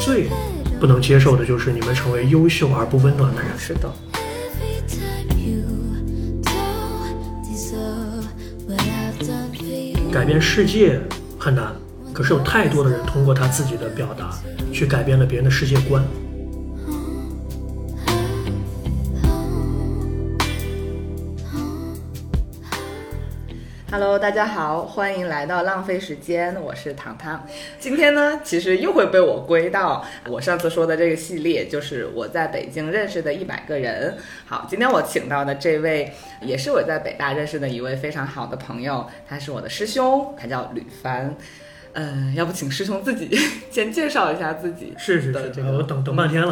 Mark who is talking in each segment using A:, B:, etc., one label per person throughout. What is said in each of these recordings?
A: 最不能接受的就是你们成为优秀而不温暖的人。
B: 是的，
A: 改变世界很难，可是有太多的人通过他自己的表达去改变了别人的世界观。
B: Hello，大家好，欢迎来到浪费时间，我是糖糖。今天呢，其实又会被我归到我上次说的这个系列，就是我在北京认识的一百个人。好，今天我请到的这位也是我在北大认识的一位非常好的朋友，他是我的师兄，他叫吕凡。嗯、要不请师兄自己 先介绍一下自己
A: 是是
B: 的
A: 是，
B: 这
A: 啊我
B: 个
A: 等等半天 了。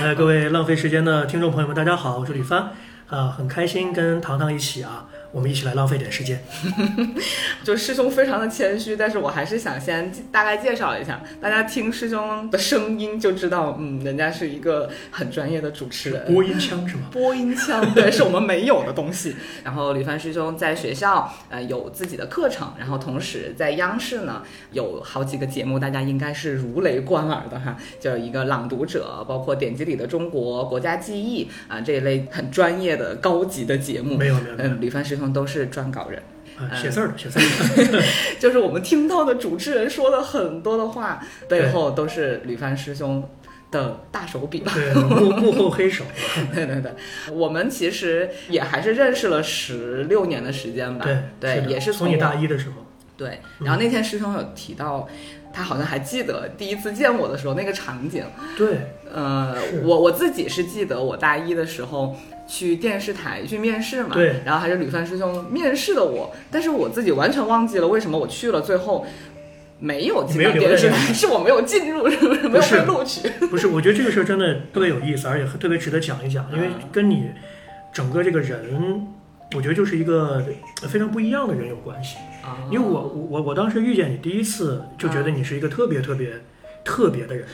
A: 哎，各位浪费时间的听众朋友们，大家好，我是吕帆，啊，很开心跟糖糖一起啊，我们一起来浪费点时间。
B: 就师兄非常的谦虚，但是我还是想先大概介绍一下，大家听师兄的声音就知道，嗯，人家是一个很专业的主持人。
A: 播音腔是吗？
B: 播音腔，对，是我们没有的东西。然后吕帆师兄在学校呃有自己的课程，然后同时在央视呢有好几个节目，大家应该是如雷贯耳的哈，就是一个朗读者，包括典籍里的中国、国家记忆啊、这一类很专业的高级的节目。
A: 没有没有没有
B: 嗯，吕帆师兄都是撰稿人。
A: 啊，写字儿的写字儿的。
B: 就是我们听到的主持人说的很多的话，背后都是吕帆师兄的大手笔 吧？
A: 对，幕幕后黑手。
B: 对对对，我们其实也还是认识了十六年的时间吧？
A: 对
B: 对，
A: 的
B: 也是
A: 从
B: 我
A: 你大一嗯的时候。
B: 对。然后那天师兄有提到，他好像还记得第一次见我的时候那个场景。
A: 对，
B: 呃
A: 是，
B: 我我自己是记得我大一的时候去电视台去面试嘛，
A: 对
B: 然后还是吕范师兄面试的我，但是我自己完全忘记了为什么我去了，最后没有进
A: 没有
B: 到
A: 留在
B: 电视
A: 那
B: 台，是我没有进入，是不是没有
A: 不是
B: 被录取？
A: 不是，我觉得这个事儿真的特别有意思，而且特别值得讲一讲，因为
B: 嗯
A: 跟你整个这个人，我觉得就是一个非常不一样的人有关系。
B: 嗯
A: 因为我我我我当时遇见你第一次，就觉得你是一个特别特别特别的 人。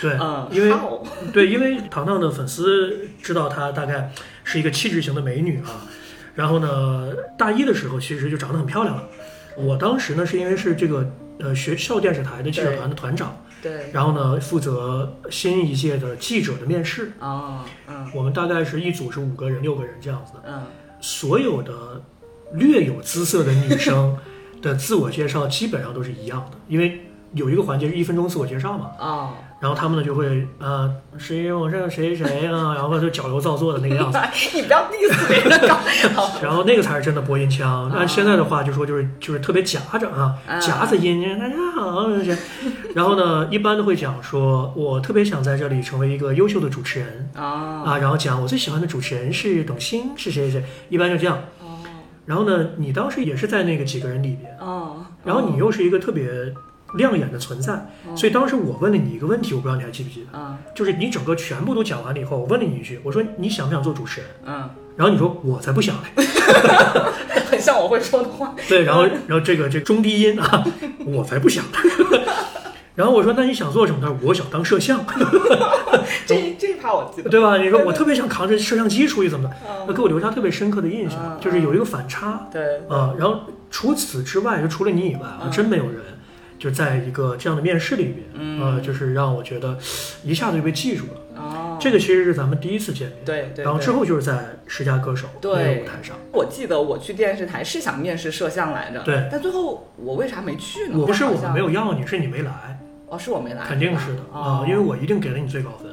A: 对
B: 嗯，，
A: 因为
B: 好
A: 对，因为糖糖的粉丝知道她大概是一个气质型的美女啊。然后呢，大一的时候其实就长得很漂亮了。我当时呢是因为是这个呃学校电视台的记者团的团长，
B: 对
A: 然后呢负责新一届的记者的面试。
B: 哦，嗯
A: 我们大概是一组是五个人、六个人这样子的。
B: 嗯，
A: 所有的略有姿色的女生的自我介绍基本上都是一样的， 因为有一个环节是一分钟自我介绍嘛，
B: 哦，
A: 然后她们呢就会呃，谁我是谁谁啊，然后就矫揉造作的那个 样子，
B: 你不要 diss 别人搞，好
A: 然后那个才是真的播音腔。
B: 啊
A: 按现在的话就说就是就是特别夹着啊
B: 啊，
A: 夹子音，大家好，这然后呢一般都会讲说，我特别想在这里成为一个优秀的主持人
B: 哦
A: 啊，然后讲我最喜欢的主持人是董卿，是谁谁，谁，一般就这样。
B: 哦
A: 然后呢，你当时也是在那个几个人里边，
B: 哦，
A: 然后你又是一个特别亮眼的存在，
B: 哦
A: 所以当时我问了你一个问题，我不知道你还记不记得，
B: 嗯
A: 就是你整个全部都讲完了以后，我问了你一句，我说你想不想做主持人？
B: 嗯，
A: 然后你说我才不想嘞，
B: 很像我会说的话，
A: 对，然后然后这个这中低音啊， 我才不想。然后我说那你想做什么？他说我想当摄像，
B: 这这一趴我记得，
A: 对吧？你说我特别想扛着摄像机出去怎么的，那
B: 嗯，
A: 给我留下特别深刻的印
B: 嗯
A: 象，就是有一个反差。
B: 对，
A: 啊，然后除此之外，就除了你以外，啊，
B: 嗯
A: 真没有人就在一个这样的面试里边，
B: 嗯
A: 呃，就是让我觉得一下子就被记住了。
B: 哦，
A: 这个其实是咱们第一次见面，
B: 对对，
A: 然后
B: 对
A: 之后就是在十佳歌手
B: 对
A: 那个舞台上，
B: 我记得我去电视台是想面试摄像来着，
A: 对
B: 但最后我为啥没去呢？
A: 我不是
B: 好
A: 我
B: 像
A: 没有，要你，是你没来，
B: 哦，是我没来，
A: 肯定是的啊
B: 哦，，
A: 因为我一定给了你最高分。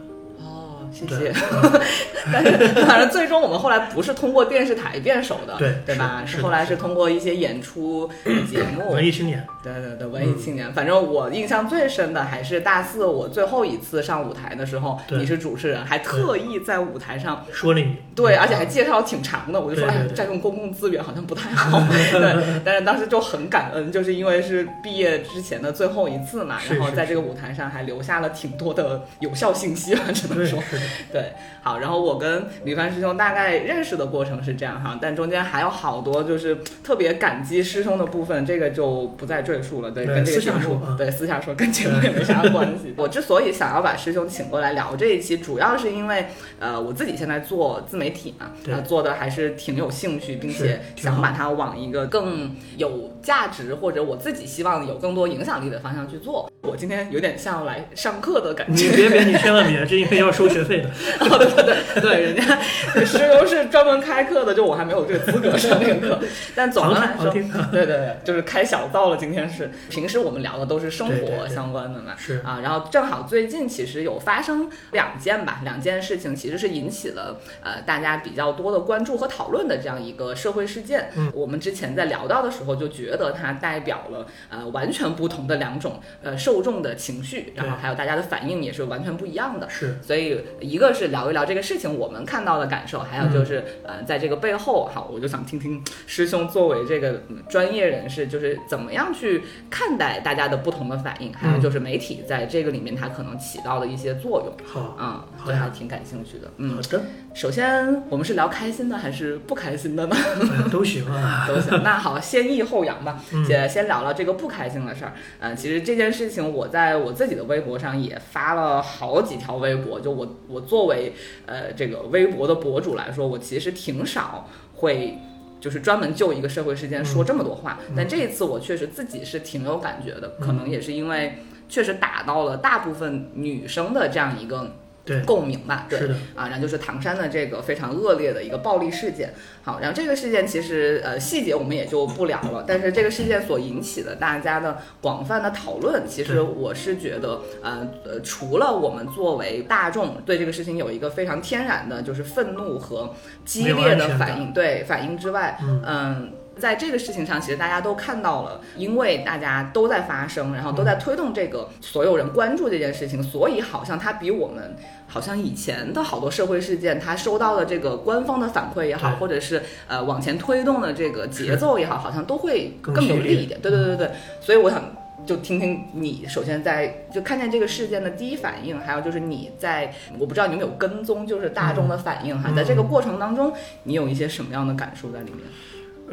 B: 哦，谢
A: 对啊
B: 谢。 但是反正最终我们后来不是通过电视台辩手的，
A: 对
B: 对吧？
A: 是是的哎
B: 后来是通过一些演出节目，
A: 文艺青年，
B: 对对对，文艺青年。反正我印象最深的还是大四我最后一次上舞台的时候，
A: 对
B: 你是主持人，还特意在舞台上。
A: 说了你，
B: 对，而且还介绍挺长的，我就说，
A: 嗯对对
B: 哎
A: 对，
B: 占用公共资源好像不太好。 对，但是当时就很感恩，就是因为是毕业之前的最后一次嘛，
A: 是
B: 然后
A: 是
B: 在这个舞台上还留下了挺多的有效信息吧，只能
A: 对，
B: 说。
A: 是的，
B: 对，好，然后我跟李帆师兄大概认识的过程是这样哈，但中间还有好多就是特别感激师兄的部分，这个就不再赘述了。对，
A: 对
B: 跟这个
A: 私
B: 节
A: 下
B: 目
A: 说啊
B: 对私下说跟节目也没啥关系。我之所以想要把师兄请过来聊这一期，主要是因为呃我自己现在做自媒体嘛，
A: 对
B: 呃做的还是挺有兴趣，并
A: 是
B: 且
A: 挺
B: 想
A: 好
B: 把它往一个更有价值或者我自己希望有更多影响力的方向去做。我今天有点像来上课的感
A: 你
B: 觉，
A: 别别，你千万别，这因为要收学费 的。
B: 哦，对对对对，人家 石油是专门开课的，就我还没有这个资格上这个课。但总
A: 好
B: 的
A: 听
B: 来
A: 好
B: 说，
A: 听，啊
B: 对对对，就是开小灶了。今天是平时我们聊的都是生
A: 对对
B: 活
A: 对
B: 相关的嘛，
A: 是
B: 啊，然后正好最近其实有发生两件吧，两件事情其实是引起了呃大家比较多的关注和讨论的这样一个社会事件。
A: 嗯
B: 我们之前在聊到的时候就觉得它代表了呃完全不同的两种呃受众的情绪，然后
A: 对
B: 还有大家的反应也是完全不一样的。
A: 是
B: 所以一个是聊一聊这个事情我们看到的感受，还有就是、
A: 嗯
B: 呃，在这个背后，好，我就想听听师兄作为这个、嗯专业人士，就是怎么样去看待大家的不同的反应，还有就是媒体在这个里面它可能起到的一些作用。
A: 好
B: 啊、嗯，
A: 好
B: 对，
A: 呀
B: 还挺感兴趣的。嗯
A: 好，的，
B: 首先我们是聊开心的还是不开心的呢？
A: 嗯都行 啊。
B: 都行。那好，先抑后扬吧，先先聊聊这个不开心的事儿。嗯、其实这件事情我在我自己的微博上也发了好几条微博。就我我作为呃这个微博的博主来说，我其实挺少会。就是专门就一个社会事件说这么多话，但这一次我确实自己是挺有感觉的，可能也是因为确实打到了大部分女生的这样一个
A: 对，
B: 共鸣吧。对，
A: 是的，
B: 啊，然后就是唐山的这个非常恶劣的一个暴力事件。好，然后这个事件其实呃细节我们也就不聊了，但是这个事件所引起的大家的广泛的讨论，其实
A: 对
B: 我是觉得呃呃，除了我们作为大众对这个事情有一个非常天然的就是愤怒和激
A: 没有
B: 烈
A: 安
B: 的
A: 全
B: 反
A: 感
B: 应，对反应之外，
A: 嗯
B: 嗯，在这个事情上，其实大家都看到了，因为大家都在发声，然后都在
A: 嗯
B: 推动这个所有人关注这件事情，所以好像它比我们好像以前的好多社会事件，它收到的这个官方的反馈也好，
A: 对
B: 或者是呃往前推动的这个节奏也好，好像都会
A: 更
B: 更有
A: 激
B: 力
A: 烈
B: 一点。对对对对，所以我想。就听听你首先在就看见这个事件的第一反应，还有就是你在我不知道你有没有跟踪，就是大众的反应哈，
A: 嗯
B: 在这个过程当中，你有一些什么样的感受在里面？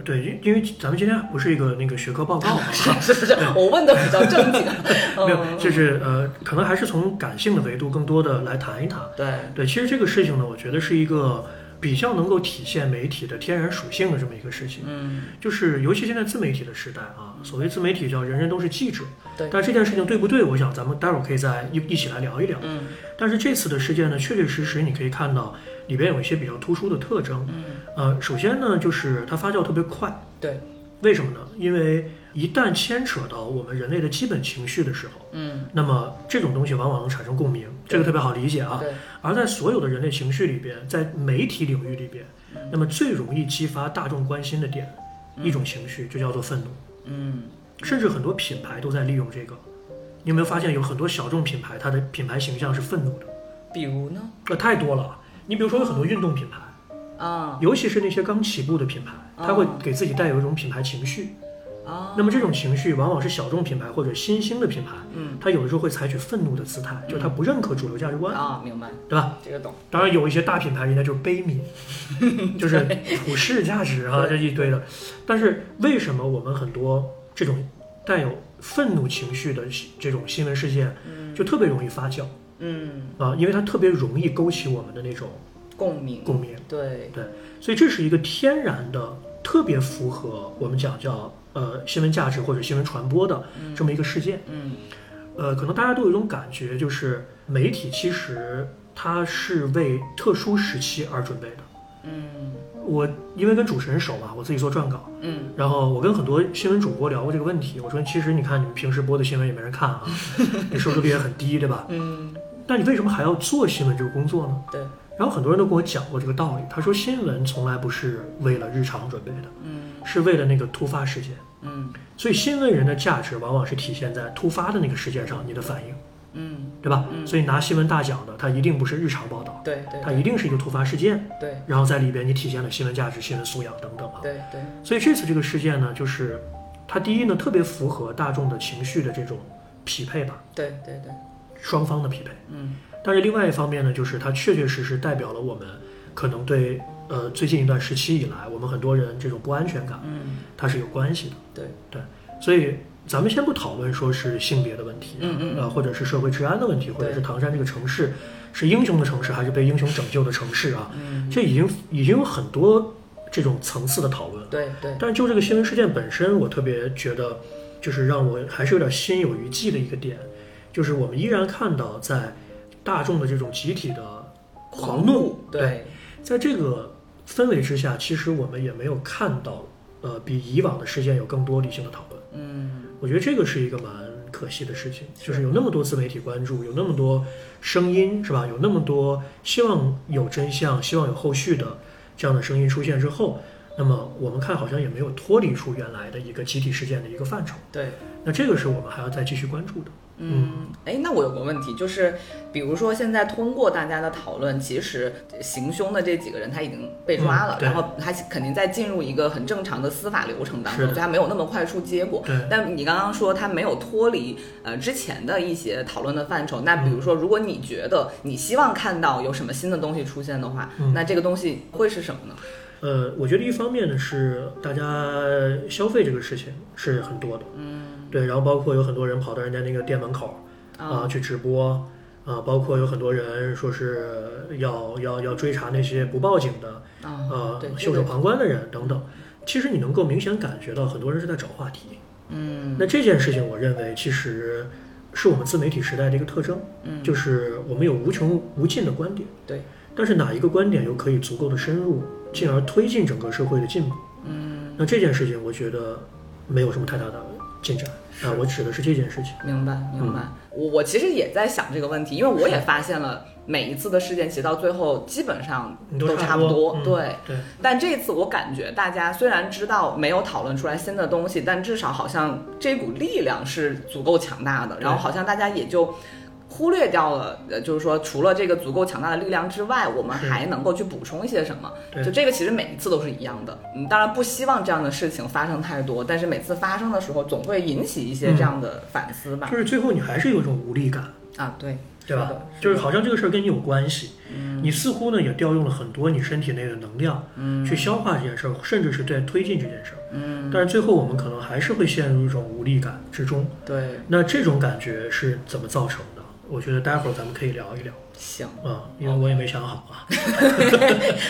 A: 对，因因为咱们今天不是一个那个学科报告嘛，
B: 是不是？我问的比较正经，
A: 哦 没有，
B: 嗯
A: 就是呃，可能还是从感性的维度更多的来谈一谈。
B: 对，
A: 对，其实这个事情呢，我觉得是一个比较能够体现媒体的天然属性的这么一个事情。
B: 嗯，
A: 就是尤其现在自媒体的时代啊，所谓自媒体叫人人都是记者，
B: 对
A: 但这件事情对不对？我想咱们待会儿可以再一一起来聊一聊。
B: 嗯，
A: 但是这次的事件呢，确确实实你可以看到里边有一些比较突出的特征。
B: 嗯，
A: 呃，首先呢，就是它发酵特别快。
B: 对，
A: 为什么呢？因为一旦牵扯到我们人类的基本情绪的时候，
B: 嗯，
A: 那么这种东西往往能产生共鸣，这个特别好理解啊。
B: 对，
A: 而在所有的人类情绪里边，在媒体领域里边，那么最容易激发大众关心的点，一种情绪就叫做愤怒。
B: 嗯，
A: 甚至很多品牌都在利用这个。你有没有发现有很多小众品牌，它的品牌形象是愤怒的？
B: 比如呢？
A: 那太多了。啊你比如说有很多运动品牌，
B: 啊
A: 尤其是那些刚起步的品牌，它会
B: 哦
A: 给自己带有一种品牌情绪。
B: 啊，
A: 那么这种情绪往往是小众品牌或者新兴的品牌，
B: 嗯，
A: 它有的时候会采取愤怒的姿态，就是它不认可主流价值观，
B: 啊，明白，
A: 对吧？
B: 这个懂，
A: 当然有一些大品牌人家就是悲悯， 就是普世价值啊这一堆的。但是为什么我们很多这种带有愤怒情绪的这种新闻事件，就特别容易发酵
B: 嗯，
A: 啊？因为它特别容易勾起我们的那种
B: 共鸣，
A: 共鸣，
B: 对，
A: 对，所以这是一个天然的，特别符合我们讲叫呃新闻价值或者新闻传播的这么一个事件。
B: 嗯，
A: 呃，可能大家都有一种感觉，就是媒体其实它是为特殊时期而准备的。
B: 嗯，
A: 我因为跟主持人熟嘛，我自己做撰稿，
B: 嗯，
A: 然后我跟很多新闻主播聊过这个问题。我说，其实你看你们平时播的新闻也没人看啊，你收视率也很低，对吧？
B: 嗯，
A: 那你为什么还要做新闻这个工作呢？
B: 对，
A: 然后很多人都跟我讲过这个道理，他说新闻从来不是为了日常准备的，
B: 嗯，
A: 是为了那个突发事件。
B: 嗯，
A: 所以新闻人的价值往往是体现在突发的那个事件上，你的反应，
B: 嗯，
A: 对吧？
B: 嗯
A: 所以拿新闻大奖的，他一定不是日常报道，
B: 对，对，
A: 他一定是一个突发事件，
B: 对，
A: 然后在里边你体现了新闻价值、新闻素养等等啊。
B: 对，对，
A: 所以这次这个事件呢，就是它第一呢特别符合大众的情绪的这种匹配吧，
B: 对，对，对，
A: 双方的匹配。
B: 嗯，
A: 但是另外一方面呢，就是它确确实实代表了我们可能对呃最近一段时期以来，我们很多人这种不安全感，
B: 嗯，
A: 它是有关系的。
B: 对
A: 对，所以咱们先不讨论说是性别的问题，
B: 嗯嗯嗯
A: 呃，或者是社会治安的问题，或者
B: 对
A: 是唐山这个城市是英雄的城市还是被英雄拯救的城市啊，
B: 嗯，
A: 这已经已经有很多这种层次的讨论了。
B: 对对，
A: 但是就这个新闻事件本身，我特别觉得，就是让我还是有点心有余悸的一个点，就是我们依然看到在大众的这种集体的狂怒，
B: 对，
A: 在这个氛围之下，其实我们也没有看到，呃，比以往的事件有更多理性的讨论。
B: 嗯，
A: 我觉得这个是一个蛮可惜的事情，
B: 是
A: 就是有那么多自媒体关注，有那么多声音，是吧？有那么多希望有真相、希望有后续的这样的声音出现之后，那么我们看好像也没有脱离出原来的一个集体事件的一个范畴。
B: 对。
A: 那这个是我们还要再继续关注的。
B: 嗯，哎，那我有个问题，就是比如说现在通过大家的讨论，其实行凶的这几个人他已经被抓了，
A: 嗯对
B: 然后他肯定在进入一个很正常的司法流程当中，
A: 是的
B: 所以他没有那么快出结果。
A: 对，
B: 但你刚刚说他没有脱离呃之前的一些讨论的范畴，那比
A: 嗯
B: 如说，如果你觉得你希望看到有什么新的东西出现的话，
A: 嗯
B: 那这个东西会是什么呢？
A: 呃，我觉得一方面呢是大家消费这个事情是很多的，
B: 嗯
A: 对，然后包括有很多人跑到人家那个店门口，啊、
B: 啊
A: 去直播啊、包括有很多人说是要要要追查那些不报警的
B: 啊
A: 呃，
B: 对，
A: 袖
B: 这
A: 手
B: 个
A: 旁观的人等等。其实你能够明显感觉到很多人是在找话题。
B: 嗯
A: 那这件事情，我认为其实是我们自媒体时代的一个特征，
B: 嗯，
A: 就是我们有无穷无尽的观点，
B: 对，
A: 但是哪一个观点又可以足够的深入，进而推进整个社会的进步。
B: 嗯
A: 那这件事情，我觉得没有什么太大的进展啊、我指的是这件事情。
B: 明白，
A: 嗯
B: 明白。我我其实也在想这个问题，因为我也发现了每一次的事件，其实到最后基本上
A: 你
B: 都
A: 都
B: 差
A: 差
B: 不
A: 不
B: 多。
A: 多嗯
B: 对，
A: 对，
B: 但这次我感觉大家虽然知道没有讨论出来新的东西，但至少好像这股力量是足够强大的，
A: 对
B: 然后好像大家也就。忽略掉了，呃，就是说，除了这个足够强大的力量之外，我们
A: 是
B: 还能够去补充一些什么？
A: 对
B: 就这个，其实每一次都是一样的。嗯，当然不希望这样的事情发生太多，但是每次发生的时候，总会引起一些
A: 嗯
B: 这样的反思吧。
A: 就是最后你还是有一种无力感。
B: 啊，对，
A: 对
B: 是
A: 吧
B: 的？嗯
A: 就是好像这个事儿跟你有关系，你似乎呢也调用了很多你身体内的能量，去消化这件事儿，甚至是在推进这件事儿，
B: 嗯，
A: 但是最后我们可能还是会陷入一种无力感之中。
B: 对，
A: 那这种感觉是怎么造成的？我觉得待会儿咱们可以聊一聊
B: 行，
A: 啊、因为我也没想好
B: 哦
A: 啊。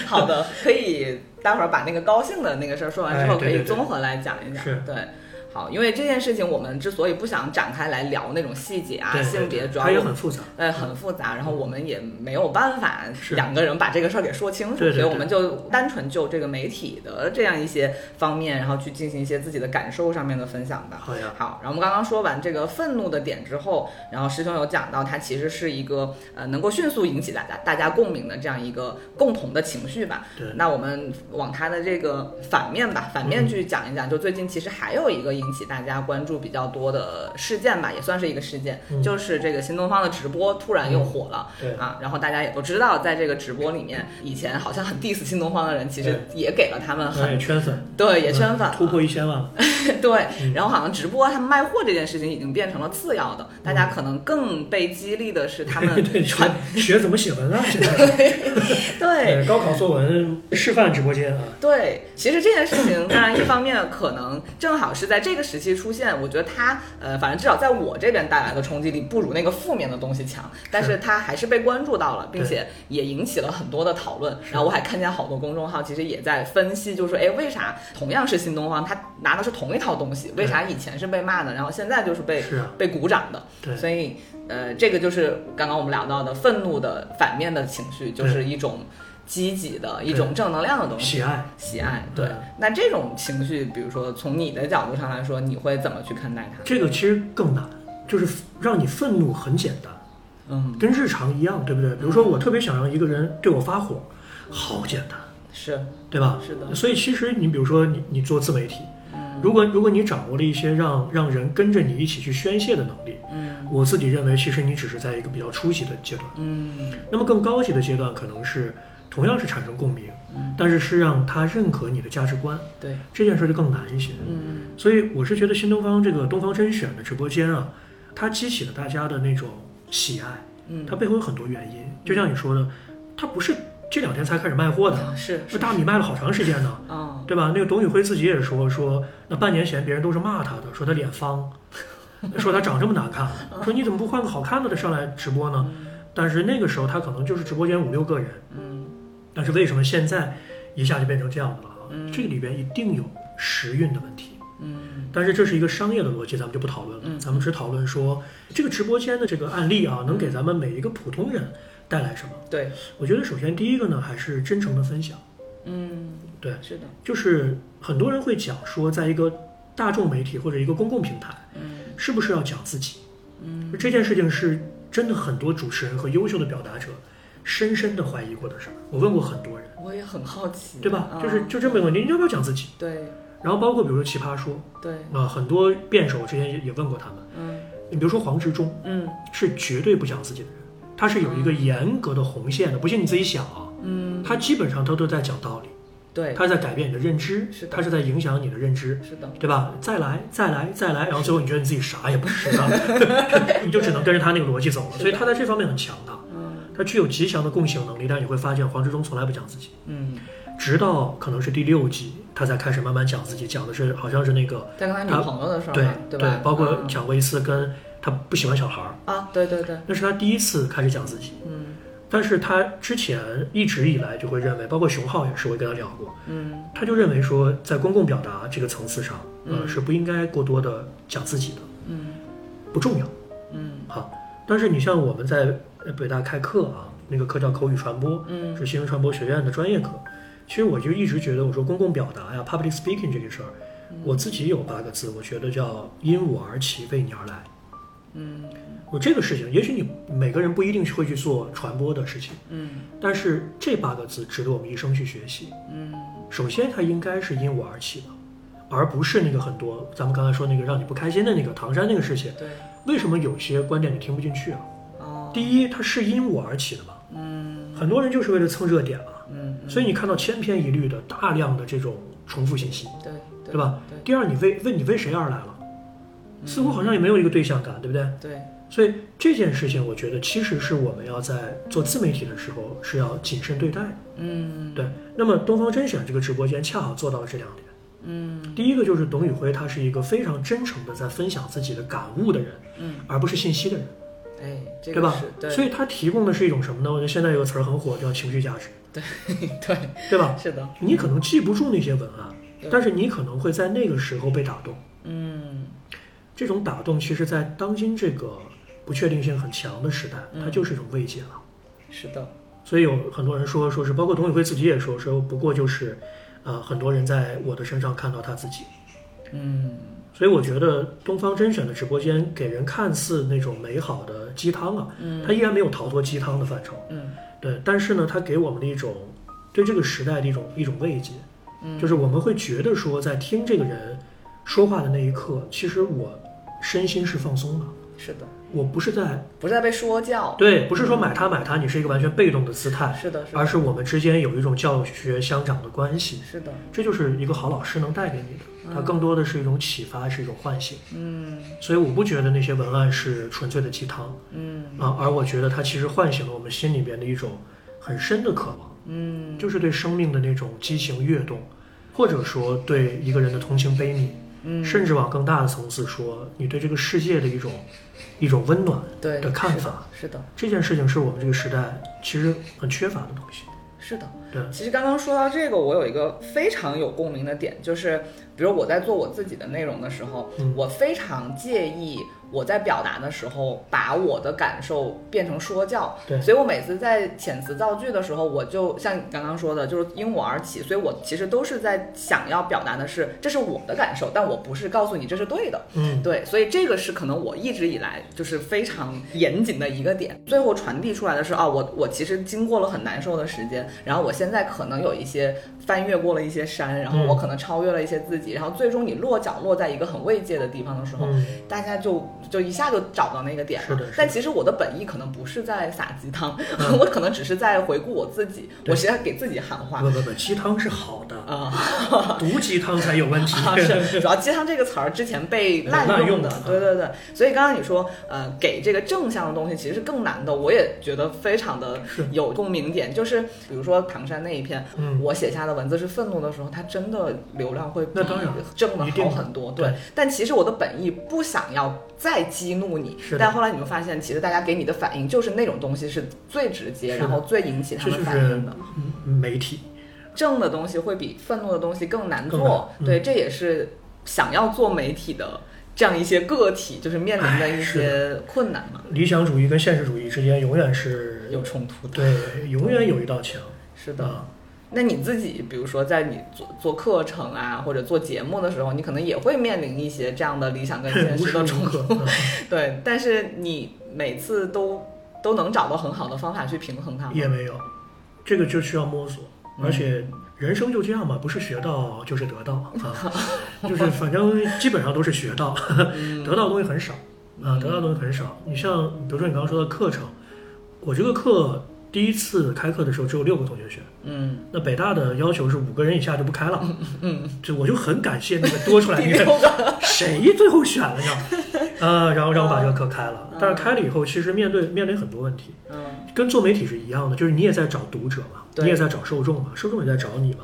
B: 好的，可以待会儿把那个高兴的那个事儿说完之后，
A: 哎
B: 可
A: 对
B: 以
A: 对对
B: 综合来讲一讲。
A: 是
B: 对。好，因为这件事情我们之所以不想展开来聊那种细节啊、
A: 对，
B: 性别，
A: 对
B: 主要
A: 它也
B: 我们
A: 很复杂。
B: 呃很复杂，然后我们也没有办法
A: 是
B: 两个人把这个事儿给说清楚，
A: 对对
B: 所以
A: 对
B: 我们就单纯就这个媒体的这样一些方面，然后去进行一些自己的感受上面的分享吧。
A: 好呀，
B: 好，然后我们刚刚说完这个愤怒的点之后，然后师兄有讲到，它其实是一个呃能够迅速引起大家大家共鸣的这样一个共同的情绪吧。
A: 对
B: 那我们往它的这个反面吧，反面去讲一讲，就最近其实还有一个引起大家关注比较多的事件吧，也算是一个事件，
A: 嗯
B: 就是这个新东方的直播突然又火了。
A: 对，
B: 啊，然后大家也都知道，在这个直播里面，以前好像很 diss 新东方的人，其实也给了他们
A: 那
B: 很
A: 也圈粉，
B: 对，也圈粉
A: 嗯
B: 了
A: 突破一千万了。
B: 对，
A: 嗯
B: 然后好像直播他们卖货这件事情已经变成了次要的，大家可能更被激励的是 他
A: 对，
B: 们
A: 学
B: 传
A: 学怎么写文啊？现在是
B: 对。
A: 高考作文示范直播间啊。
B: 对，其实这件事情，当然一方面可能正好是在这个时期出现，我觉得它呃，反正至少在我这边带来的冲击力不如那个负面的东西强，但是它还是被关注到了，并且也引起了很多的讨论。然后我还看见好多公众号其实也在分析，就说哎，为啥同样是新东方，它拿的是同一套东西，为啥以前是被骂的，然后现在就是被
A: 是啊
B: 被鼓掌的？
A: 对
B: 所以呃，这个就是刚刚我们聊到的愤怒的反面的情绪，就是一种积极的一种正能量的东西。
A: 喜爱，
B: 喜爱，对
A: 嗯。
B: 那这种情绪，比如说从你的角度上来说，你会怎么去看待它？
A: 这个其实更难，就是让你愤怒很简单，
B: 嗯，
A: 跟日常一样，对不对？比如说，我特别想让一个人对我发火，好简单，
B: 是，
A: 对吧？
B: 是的
A: 所以其实你比如说你你做自媒体，
B: 嗯
A: 如果如果你掌握了一些让让人跟着你一起去宣泄的能力，
B: 嗯
A: 我自己认为其实你只是在一个比较初级的阶段，
B: 嗯
A: 那么更高级的阶段可能是同样是产生共鸣，但是是让他认可你的价值观，
B: 对，
A: 这件事就更难一些。
B: 嗯
A: 所以我是觉得新东方这个东方甄选的直播间啊，它激起了大家的那种喜爱，
B: 嗯，
A: 它背后有很多原因。就像你说的，它不是这两天才开始卖货的，
B: 嗯是
A: 那大米卖了好长时间呢，
B: 啊，
A: 对吧？那个董宇辉自己也说，说那半年前别人都是骂他的，说他脸方，说他长这么难 看，说你怎么不换个好看的的上来直播呢？但是那个时候他可能就是直播间五六个人，
B: 嗯
A: 但是为什么现在一下就变成这样的了啊？
B: 嗯
A: 这里边一定有时运的问题。
B: 嗯
A: 但是这是一个商业的逻辑，咱们就不讨论了。
B: 嗯
A: 咱们只讨论说这个直播间的这个案例啊，能给咱们每一个普通人带来什么？
B: 对，
A: 我觉得首先第一个呢，还是真诚的分享。
B: 嗯
A: 对
B: 是的，
A: 就是很多人会讲说，在一个大众媒体或者一个公共平台，
B: 嗯
A: 是不是要讲自己？
B: 嗯
A: 这件事情是真的很多主持人和优秀的表达者深深的怀疑过的事儿。我问过很多人，
B: 我也很好奇，
A: 对吧？
B: 啊
A: 就是就这么一个问题，你要不要讲自己？
B: 对
A: 然后包括比如说奇葩说
B: 对，
A: 啊、很多辩手之前也也问过他们。
B: 嗯
A: 你比如说黄执中，
B: 嗯
A: 是绝对不讲自己的人，他是有一个严格的红线的，不信你自己想啊。
B: 嗯，
A: 他基本上他都在讲道理，
B: 对，
A: 他在改变你的认知
B: 是，的
A: 他是在影响你的认知，
B: 是的，
A: 对吧？再来，再来，再来，然后最后你觉得你自己啥也不是了， 你就只能跟着他那个逻辑走了。
B: 是的
A: 所以他在这方面很强大，
B: 嗯
A: 他具有极强的共情能力。但是你会发现，黄志忠从来不讲自己，
B: 嗯，
A: 直到可能是第六集，他才开始慢慢讲自己，讲的是好像是那个
B: 在跟他女
A: 他
B: 朋友的时候
A: 对
B: 嘛，对吧？
A: 包括
B: 嗯
A: 讲过一次跟他不喜欢小孩儿，
B: 啊，对对对，
A: 那是他第一次开始讲自己。
B: 嗯
A: 但是他之前一直以来就会认为，包括熊浩也是，我也跟他聊过，
B: 嗯
A: 他就认为说，在公共表达这个层次上，呃，
B: 嗯
A: 是不应该过多的讲自己的，
B: 嗯
A: 不重要
B: 嗯
A: 哈。啊但是你像我们在呃北大开课啊，那个课叫口语传播，
B: 嗯
A: 是新闻传播学院的专业课。其实我就一直觉得，我说公共表达呀，public speaking 这个事儿，我自己有八个字，我觉得叫因我而起，为你而来。
B: 嗯
A: 我这个事情，也许你每个人不一定会去做传播的事情。
B: 嗯
A: 但是这八个字值得我们一生去学习。
B: 嗯
A: 首先，它应该是因我而起的，而不是那个很多咱们刚才说那个让你不开心的那个唐山那个事情。
B: 对，
A: 为什么有些观点你听不进去啊？
B: 哦，
A: 第一，它是因我而起的嘛，
B: 嗯
A: 很多人就是为了蹭热点嘛，
B: 嗯，嗯
A: 所以你看到千篇一律的大量的这种重复信息。
B: 对对
A: 对吧？
B: 对
A: 第二，你为问你为谁而来了，似乎好像也没有一个对象感，对不对？
B: 对，
A: 所以这件事情，我觉得其实是我们要在做自媒体的时候是要谨慎对待的。
B: 嗯
A: 对，那么东方甄选这个直播间恰好做到了这两点。
B: 嗯
A: 第一个就是董宇辉，他是一个非常真诚的在分享自己的感悟的人，
B: 嗯，
A: 而不是信息的人，
B: 哎，这
A: 对
B: 个
A: 吧
B: 是？对，
A: 所以他提供的是一种什么呢？我觉得现在有个词儿很火，叫情绪价值，
B: 对，
A: 对吧？
B: 是的，
A: 你可能记不住那些文案
B: 对，
A: 但是你可能会在那个时候被打动。
B: 嗯
A: 这种打动，其实在当今这个不确定性很强的时代，
B: 嗯
A: 它就是一种慰藉了。
B: 是的，
A: 所以有很多人说，说是包括董宇辉自己也说，说不过就是，呃，很多人在我的身上看到他自己。
B: 嗯
A: 所以我觉得东方甄选的直播间给人看似那种美好的鸡汤啊，它依然没有逃脱鸡汤的范畴。
B: 嗯
A: 对，但是呢，它给我们的一种对这个时代的一种一种慰藉，
B: 嗯
A: 就是我们会觉得说，在听这个人说话的那一刻，其实我身心是放松的，
B: 是的，
A: 我不是在
B: 不是在被说教，
A: 对，不是说买它买它，你是一个完全被动的姿态，
B: 是的，是
A: 而
B: 的，
A: 是我们之间有一种教学相长的关系。
B: 是的，
A: 这就是一个好老师能带给你的，它更多的是一种启发，是一种唤醒。
B: 嗯
A: 所以我不觉得那些文案是纯粹的鸡汤
B: 嗯
A: 啊，而我觉得它其实唤醒了我们心里边的一种很深的渴望，
B: 嗯
A: 就是对生命的那种激情跃动，或者说对一个人的同情悲悯，
B: 嗯，
A: 甚至往更大的层次说，你对这个世界的一种一种温暖
B: 对
A: 的看
B: 是
A: 法。
B: 是的，
A: 这件事情是我们这个时代其实很缺乏的东西。
B: 是的。
A: 对，
B: 其实刚刚说到这个，我有一个非常有共鸣的点，就是比如我在做我自己的内容的时候，
A: 嗯
B: 我非常介意我在表达的时候把我的感受变成说教，
A: 对
B: 所以我每次在遣词造句的时候，我就像你刚刚说的，就是因我而起，所以我其实都是在想要表达的是这是我的感受，但我不是告诉你这是对的，
A: 嗯，
B: 对，所以这个是可能我一直以来就是非常严谨的一个点。最后传递出来的是啊，我我其实经过了很难受的时间，然后我现在可能有一些翻越过了一些山，
A: 嗯
B: 然后我可能超越了一些自己，然后最终你落脚落在一个很慰藉的地方的时候，
A: 嗯，
B: 大家就就一下就找到那个点
A: 是
B: 了
A: 的是的。嗯
B: 但其实我的本意可能不是在撒鸡汤， 我可能只是在回顾我自己，
A: 对嗯
B: 我实际上给自己喊话
A: 不不不，鸡汤是好的，
B: 啊。
A: 毒鸡汤才有问题。
B: 啊，是，主要“鸡汤”这个词儿之前被滥
A: 滥
B: 用
A: 用
B: 的
A: 的，啊
B: 对对对。所以刚刚你说，呃，给这个正向的东西其实是更难的，我也觉得非常的
A: 是
B: 有共鸣点。就是比如说唐山那一篇，
A: 嗯
B: 我写下的文字是愤怒的时候，它真的流量会比
A: 那当然
B: 正的
A: 一定
B: 好
A: 的
B: 很多。对
A: 对，
B: 但其实我的本意不想要再激怒你
A: 是，的
B: 但后来你们发现，其实大家给你的反应就是那种东西是最直接，
A: 是的
B: 然后最引起他
A: 这
B: 们
A: 就
B: 反应
A: 是
B: 的。
A: 媒体，
B: 正的东西会比愤怒的东西更难
A: 更
B: 做
A: 难。嗯
B: 对，这也是想要做媒体的这样一些个体，就是面临的
A: 唉
B: 一
A: 哎是
B: 些困难嘛，
A: 理想主义跟现实主义之间永远是
B: 有冲突的。
A: 对，永远有一道墙
B: 是的。
A: 啊。
B: 那你自己，比如说在你做做课程啊，或者做节目的时候，你可能也会面临一些这样的理想跟 现
A: 无
B: 实
A: 时
B: 的
A: 无
B: 冲突。
A: 刻，嗯
B: 对，但是你每次都都能找到很好的方法去平衡它吗。
A: 也没有，这个就需要摸索，而且人生就这样嘛，不是学到就是得到啊，就是反正基本上都是学到，得到的东西很少啊，得到的东西很少。你像比如说你刚刚说的课程，我这个课第一次开课的时候只有六个同学选，
B: 嗯，
A: 那北大的要求是五个人以下就不开了，嗯，这我就很 感谢那个多出来
B: 第
A: 那
B: 六
A: 个
B: 个，
A: 谁最后选了呢？呃，然后让我把这个课开了，但是开了以后，其实面对面临很多问题，
B: 嗯
A: 跟做媒体是一样的，就是你也在找读者嘛，
B: 对
A: 你也在找受众嘛，受众也在找你嘛。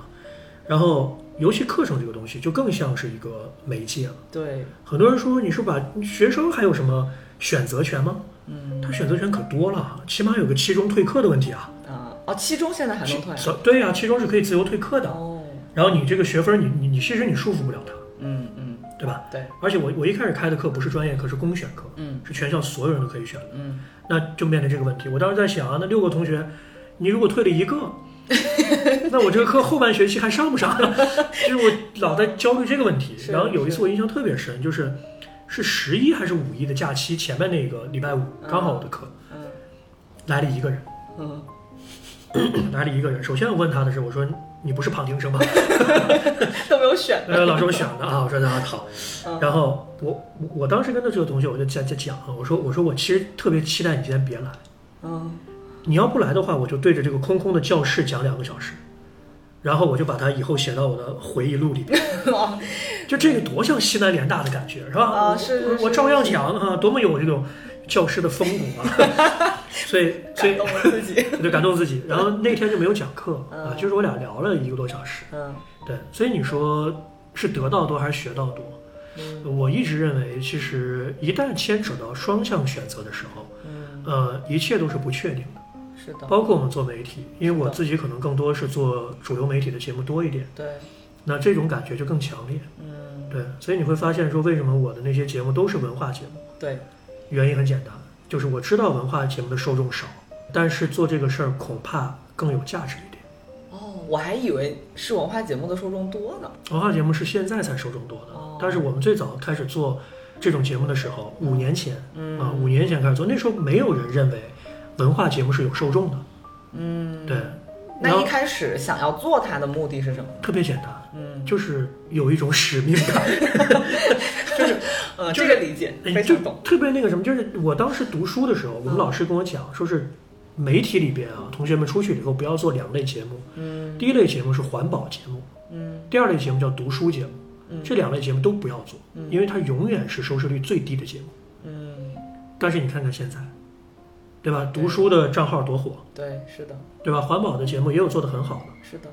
A: 然后，尤其课程这个东西，就更像是一个媒介了。
B: 对，
A: 很多人说你是把学生还有什么选择权吗？
B: 嗯
A: 他选择权可多了，啊起码有个期中退课的问题啊。
B: 啊，哦，七中现在还能退啊。
A: 所对呀、期中是可以自由退课的。
B: 哦，
A: 然后你这个学分你，你你其实你束缚不了他，
B: 嗯嗯，
A: 对吧？
B: 对，
A: 而且我我一开始开的课不是专业课，是公选课，
B: 嗯
A: 是全校所有人都可以选的。
B: 嗯，
A: 那就面临这个问题。我当时在想啊，那六个同学，你如果退了一个， 那我这个课后半学期还上不上？ 就是我老在焦虑这个问题。
B: 是
A: 然后有一次我印象特别深，就是是十一还是五一的假期前面那个礼拜五，刚好我的课
B: 嗯
A: 来了一个人，
B: 嗯，
A: 来了一个人。首先我问他的是，我说你不是旁听生吗？
B: 都没有选
A: 呃，老师我选的啊，我说那好
B: 嗯。
A: 然后我我我当时跟他这个同学我就在在讲啊，我说我说我其实特别期待你今天别来。
B: 嗯
A: 你要不来的话，我就对着这个空空的教室讲两个小时，然后我就把它以后写到我的回忆录里 边。就这个多像西南联大的感觉，是吧？
B: 啊是是
A: 我
B: 是
A: 我照样讲啊，多么有这种教师的风骨啊！ 所以，所
B: 感
A: 以
B: 动了自己。
A: 我就感动自己。然后那天就没有讲课
B: 嗯
A: 啊，就是我俩聊了一个多小时。
B: 嗯
A: 对，所以你说是得到多还是学到多？我一直认为，其实一旦牵扯到双向选择的时候，
B: 嗯，
A: 呃，一切都是不确定的。
B: 是的，
A: 包括我们做媒体，因为我自己可能更多是做主流媒体的节目多一点，
B: 对，
A: 那这种感觉就更强烈。
B: 嗯
A: 对，所以你会发现说，为什么我的那些节目都是文化节目？
B: 对，
A: 原因很简单，就是我知道文化节目的受众少，但是做这个事儿恐怕更有价值一点。
B: 哦，我还以为是文化节目的受众多呢。
A: 文化节目是现在才受众多的
B: 哦，
A: 但是我们最早开始做这种节目的时候，五年前
B: 嗯
A: 啊，五年前开始做，那时候没有人认为文化节目是有受众的。
B: 嗯，
A: 对，然
B: 那一
A: 后
B: 开始想要做它的目的是什么？
A: 特别简单，
B: 嗯
A: 就是有一种使命 感。
B: 呃，
A: 就
B: 这
A: 是
B: 个理解
A: 哎
B: 非
A: 就
B: 常懂。
A: 特别那个什么，就是我当时读书的时候，我们老师跟我讲，说是媒体里边啊，同学们出去了以后不要做两类节目，
B: 嗯
A: 第一类节目是环保节目，
B: 嗯
A: 第二类节目叫读书节目，
B: 嗯
A: 这两类节目都不要做，因为它永远是收视率最低的节目。
B: 嗯，
A: 但是你看看现在，对吧？读书的账号多火，
B: 对，是的，
A: 对吧？环保的节目也有做得很好的，
B: 是的。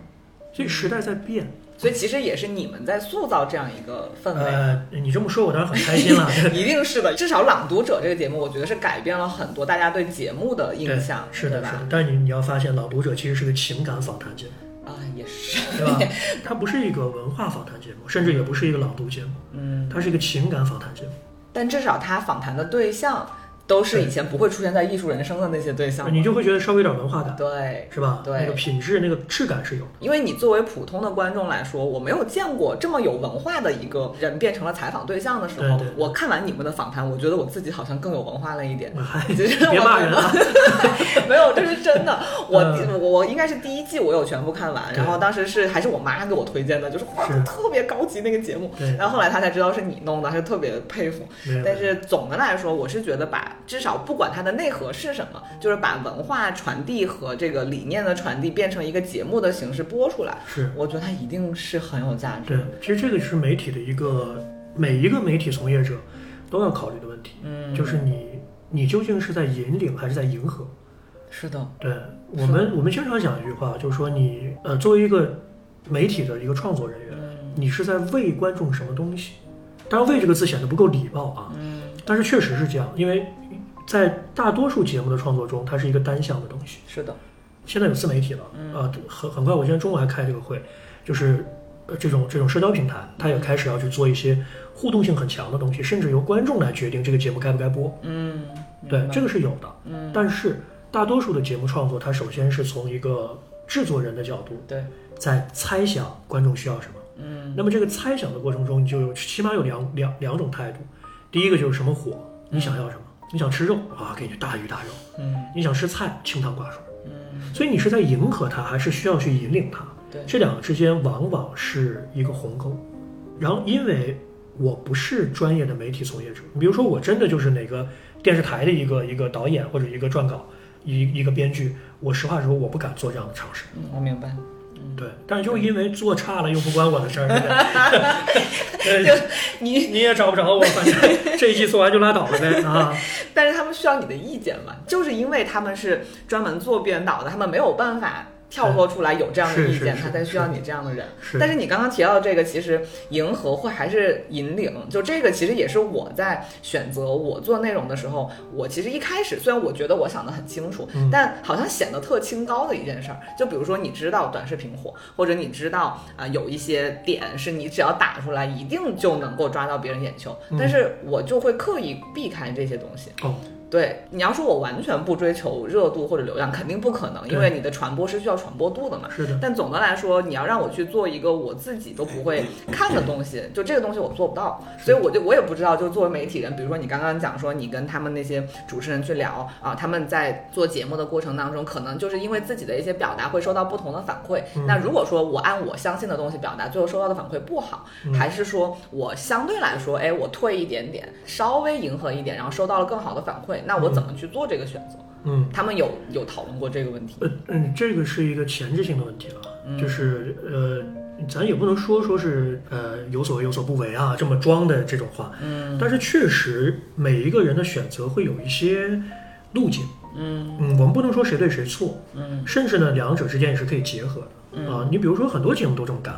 A: 所以时代在变。
B: 所以其实也是你们在塑造这样一个氛围。
A: 呃，你这么说，我当然很开心了。
B: 一定是的，至少《朗读者》这个节目，我觉得是改变了很多大家对节目的
A: 对
B: 印象，，
A: 是
B: 对
A: 的，是
B: 吧
A: 的？。但是你你要发现，《朗读者》其实是个情感访谈节目。
B: 啊，也是，
A: 对吧？它不是一个文化访谈节目，甚至也不是一个朗读节目，
B: 嗯，
A: 它是一个情感访谈节目。
B: 但至少他访谈的对象都是
A: 对
B: 以前不会出现在艺术人生的那些对象，
A: 你就会觉得稍微有点文化感，
B: 对。
A: 是吧？
B: 对
A: 那个品质、那个质感是有的。
B: 因为你作为普通的观众来说，我没有见过这么有文化的一个人变成了采访对象的时候，
A: 对对对
B: 我看完你们的访谈，我觉得我自己好像更有文化了一点。
A: 嗨
B: 其实 我
A: 别骂人啊！
B: 没有，这是真的。我、
A: 嗯
B: 我我应该是第一季我有全部看完，
A: 对
B: 然后当时是还是我妈给我推荐的，就是哇
A: 是
B: 特别高级那个节目
A: 对。
B: 然后后来她才知道是你弄的，她就特别佩服。
A: 没有，
B: 但是总的来说，我是觉得把至少不管它的内核是什么，就是把文化传递和这个理念的传递变成一个节目的形式播出来，
A: 是
B: 我觉得它一定是很有价值
A: 对
B: 的。，
A: 其实这个是媒体的一个每一个媒体从业者都要考虑的问题，
B: 嗯，
A: 就是你你究竟是在引领还是在迎合？
B: 是的，
A: 对我
B: 是
A: 们，我们经常讲一句话，就是说你呃，作为一个媒体的一个创作人员，
B: 嗯
A: 你是在为观众什么东西？当然，“为”这个字显得不够礼貌啊，
B: 嗯，
A: 但是确实是这样，因为在大多数节目的创作中，它是一个单向的东西。
B: 是的，
A: 现在有自媒体了，
B: 嗯
A: 呃，很很快，我今天中午还开这个会，就是呃这种这种社交平台，它也开始要去做一些互动性很强的东西，甚至由观众来决定这个节目该不该播。
B: 嗯，
A: 对，
B: 明白
A: 这个是有的。
B: 嗯，
A: 但是大多数的节目创作，它首先是从一个制作人的角度，
B: 对，
A: 在猜想观众需要什么。
B: 嗯
A: 那么这个猜想的过程中，你就有起码有两两两种态度。第一个就是什么火，你想要什么？你想吃肉啊，给你大鱼大肉；
B: 嗯
A: 你想吃菜，清汤寡水。
B: 嗯，
A: 所以你是在迎合它，还是需要去引领它？
B: 对，
A: 这两个之间往往是一个鸿沟。然后，因为我不是专业的媒体从业者，比如说我真的就是哪个电视台的一个一个导演或者一个撰稿一一个编剧，我实话实说我不敢做这样的尝试。
B: 嗯我明白。
A: 对，但是就因为做差了又不关我的事儿，对不对呃
B: 你，
A: 你也找不着我，反正这一季做完就拉倒了呗啊。
B: 但是他们需要你的意见嘛，就是因为他们是专门做编导的，他们没有办法跳脱出来有这样的
A: 是
B: 意
A: 哎是
B: 见，
A: 是
B: 他才需要你这样的人。
A: 是
B: 但是你刚刚提到这个，其实迎合或还是引领，就这个其实也是我在选择我做内容的时候，我其实一开始虽然我觉得我想得很清楚，
A: 嗯
B: 但好像显得特清高的一件事儿。就比如说你知道短视频火，或者你知道啊、呃有一些点是你只要打出来一定就能够抓到别人眼球，
A: 嗯
B: 但是我就会刻意避开这些东西。
A: 哦，
B: 对，你要说我完全不追求热度或者流量，肯定不可能，因为你的传播是需要传播度的嘛。
A: 是的，
B: 但总的来说，你要让我去做一个我自己都不会看的东西，就这个东西我做不到，所以我就我也不知道，就作为媒体人，比如说你刚刚讲说你跟他们那些主持人去聊啊，他们在做节目的过程当中，可能就是因为自己的一些表达会收到不同的反馈。
A: 嗯
B: 那如果说我按我相信的东西表达，最后收到的反馈不好，
A: 嗯
B: 还是说我相对来说，哎，我退一点点，稍微迎合一点，然后收到了更好的反馈，那我怎么去做这个选择？
A: 嗯。
B: 他们有有讨论过这个问题？
A: 呃嗯，这个是一个前置性的问题了，就是呃，咱也不能说说是呃有所为有所不为啊，这么装的这种话，
B: 嗯
A: 但是确实每一个人的选择会有一些路径，
B: 嗯
A: 嗯，我们不能说谁对谁错，
B: 嗯
A: 甚至呢两者之间也是可以结合的啊。你比如说很多节目都这么干，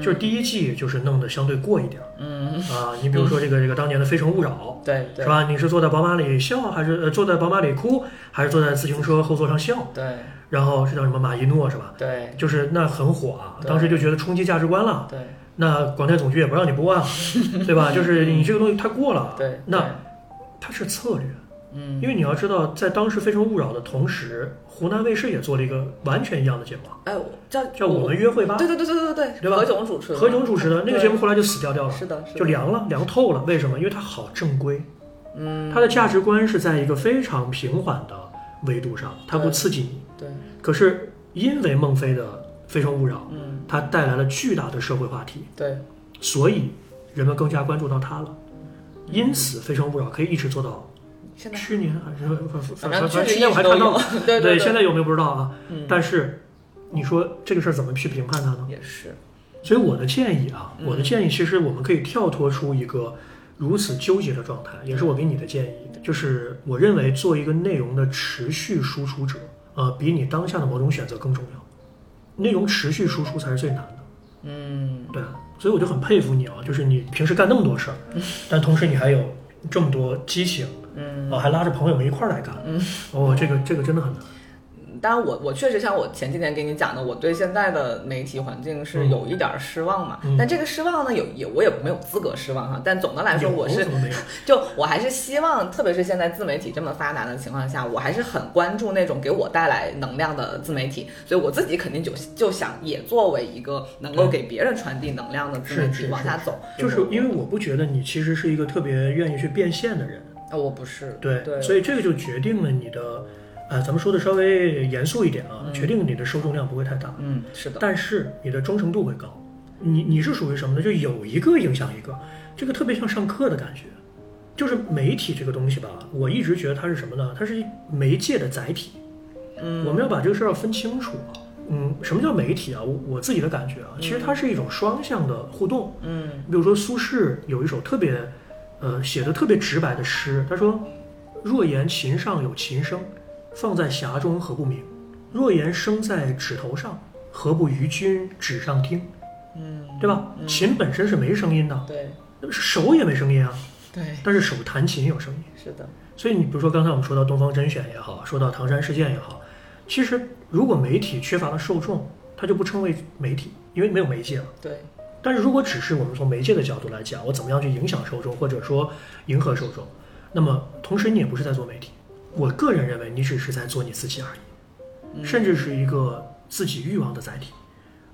A: 就是第一季就是弄得相对过一点儿
B: 嗯，
A: 啊，你比如说这个这个当年的《非诚勿扰》。
B: 对嗯对
A: 是吧？你是坐在宝马里笑，还是呃坐在宝马里哭，还是坐在自行车后座上笑？
B: 对
A: 然后是叫什么马一诺是吧？
B: 对
A: 就是那很火啊，
B: 对
A: 当时就觉得冲击价值观了。
B: 对
A: 那广电总局也不让你播 啊，对吧？就是你这个东西太过了。
B: 对，
A: 那它是策略，
B: 嗯
A: 因为你要知道，在当时《非诚勿扰》的同时，湖南卫视也做了一个完全一样的节目，
B: 哎，我叫
A: 叫《我们约会吧
B: 对对对对对对
A: 对吧
B: 何炅主持》，的，
A: 何炅主持的那个
B: 对
A: 节目，后来就死掉掉了，
B: 是的，是的
A: 就凉了，凉透了。为什么？因为它好正规，
B: 嗯，
A: 它的价值观是在一个非常平缓的维度上，它不
B: 对
A: 刺激你。
B: 对，
A: 可是因为孟非的《非诚勿扰
B: 嗯》，
A: 它带来了巨大的社会话题。
B: 对，
A: 所以人们更加关注到它了。
B: 嗯
A: 因此，《非诚勿扰》可以一直做到
B: 现在
A: 去年还是反
B: 反
A: 反
B: 正
A: 反
B: 确
A: 正
B: 实
A: 去
B: 一
A: 年我
B: 直
A: 还
B: 都
A: 看到
B: 有，， 对
A: 对，现
B: 对，
A: 在有没有不知道啊？
B: 嗯，
A: 但是你说这个事儿怎么去评判它呢？
B: 也是，
A: 所以我的建议啊，
B: 嗯
A: 我的建议其实我们可以跳脱出一个如此纠结的状态，也
B: 嗯
A: 是我给你的建议，就是我认为做一个内容的持续输出者，呃，比你当下的某种选择更重要。内容持续输出才是最难的。
B: 嗯
A: 对，啊所以我就很佩服你啊，就是你平时干那么多事儿，但同时你还有这么多激情
B: 嗯。
A: 啊，还拉着朋友们一块儿来干，
B: 嗯，
A: 哦，这个这个真的很难，
B: 当然我，我确实像我前几天跟你讲的，我对现在的媒体环境是有一点儿失望嘛。
A: 嗯
B: 但这个失望呢，有也我也没有资格失望哈。但总的来说，
A: 有
B: 我是
A: 怎么没有？
B: 就我还是希望，特别是现在自媒体这么发达的情况下，我还是很关注那种给我带来能量的自媒体，所以我自己肯定就就想也作为一个能够给别人传递能量的自媒
A: 是
B: 体
A: 是
B: 往下走。
A: 就是因为我不觉得你其实是一个特别愿意去变现的人，
B: 啊，我不是
A: 对，
B: 对，
A: 所以这个就决定了你的，呃，咱们说的稍微严肃一点啊，决定你的受众量不会太大，
B: 嗯，是的，
A: 但是你的忠诚度会高。你你是属于什么呢？就有一个影响一个，这个特别像上课的感觉。就是媒体这个东西吧，我一直觉得它是什么呢？它是媒介的载体。
B: 嗯，
A: 我们要把这个事儿要分清楚。嗯，什么叫媒体啊？我我自己的感觉啊，其实它是一种双向的互动。
B: 嗯
A: 比如说苏轼有一首特别，呃，写的特别直白的诗，他说：“若言琴上有琴声，放在匣中何不鸣？若言声在指头上，何不于君指上听？”
B: 嗯，
A: 对吧？琴本身是没声音的，
B: 对
A: 手也没声音啊，
B: 对，
A: 但是手弹琴有声音。
B: 是的，
A: 所以你比如说刚才我们说到东方甄选也好，说到唐山事件也好，其实如果媒体缺乏了受众，它就不称为媒体，因为没有媒介嘛。
B: 对，
A: 但是如果只是我们从媒介的角度来讲，我怎么样去影响受众，或者说迎合受众，那么同时你也不是在做媒体。我个人认为，你只是在做你自己而已，甚至是一个自己欲望的载体，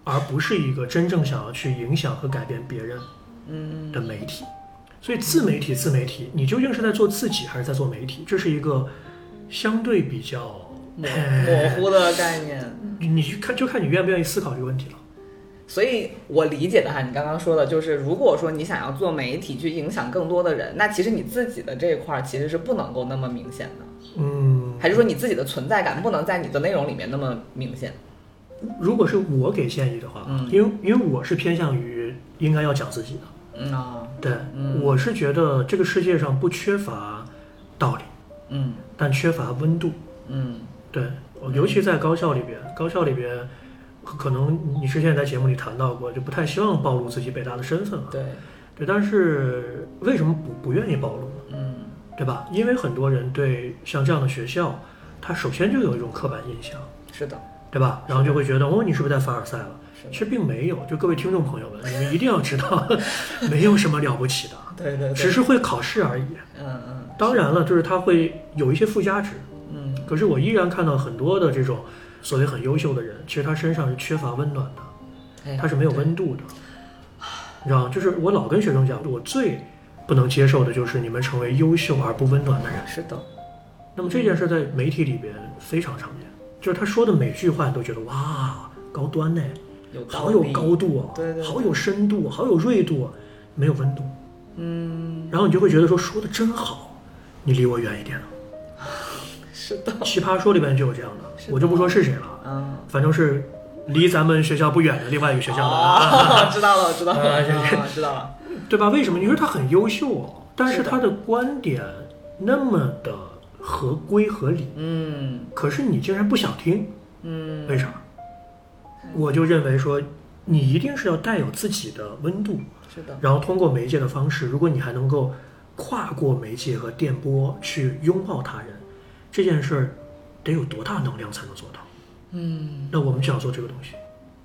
A: 而不是一个真正想要去影响和改变别人的媒体。所以自媒体，自媒体，你究竟是在做自己还是在做媒体？这是一个相对比较
B: 模模糊的概念。
A: 你你去看就看你愿不愿意思考这个问题了。
B: 所以我理解的哈，你刚刚说的就是，如果说你想要做媒体去影响更多的人，那其实你自己的这一块儿其实是不能够那么明显的，
A: 嗯，
B: 还是说你自己的存在感不能在你的内容里面那么明显？
A: 如果是我给建议的话，
B: 嗯
A: 因为因为我是偏向于应该要讲自己的，
B: 嗯啊，
A: 对，
B: 嗯
A: 我是觉得这个世界上不缺乏道理，
B: 嗯
A: 但缺乏温度。
B: 嗯
A: 对，我尤其在高校里边，高校里边，可能你之前也在节目里谈到过，就不太希望暴露自己北大的身份嘛。啊
B: 对，
A: 对，但是为什么不不愿意暴露呢？
B: 嗯
A: 对吧？因为很多人对像这样的学校，他首先就有一种刻板印象，
B: 是的，
A: 对吧？然后就会觉得，哦，你是不是在凡尔赛了？
B: 是
A: 其
B: 的，
A: 实并没有，就各位听众朋友们，你们一定要知道， 没有什么了不起的，
B: 对对
A: 只
B: 对，
A: 是会考试而已。
B: 嗯嗯
A: 当然了，就是它会有一些附加值，
B: 嗯
A: 可是我依然看到很多的这种所谓很优秀的人，其实他身上是缺乏温暖的，
B: 哎，
A: 他是没有温度的。你知道，就是我老跟学生讲，我最不能接受的就是你们成为优秀而不温暖的人。
B: 对，是的，
A: 那么这件事在媒体里边非常常见，就是他说的每句话，你都觉得哇，高端呢、
B: 有道
A: 好有
B: 理
A: 高度啊，
B: 对对对
A: 好有深度，好有锐度啊，没有温度。
B: 嗯，
A: 然后你就会觉得说说的真好，你离我远一点了。
B: 是 的，
A: 奇葩说里面就有这样的，
B: 是的
A: 我就不说是谁了，
B: 嗯，
A: 反正是离咱们学校不远的另外一个学校的，
B: 哦， 知道了，知道
A: 啊
B: 了，
A: 这是
B: 啊知道了，
A: 对吧？为什么？你说他很优秀哦，但是
B: 是的
A: 他的观点那么的合规合理，
B: 嗯
A: 可是你竟然不想听，
B: 嗯，
A: 为啥？我就认为说，你一定是要带有自己的温度，
B: 是的，
A: 然后通过媒介的方式，如果你还能够跨过媒介和电波去拥抱他人，这件事儿得有多大能量才能做到？
B: 嗯
A: 那我们就要做这个东西，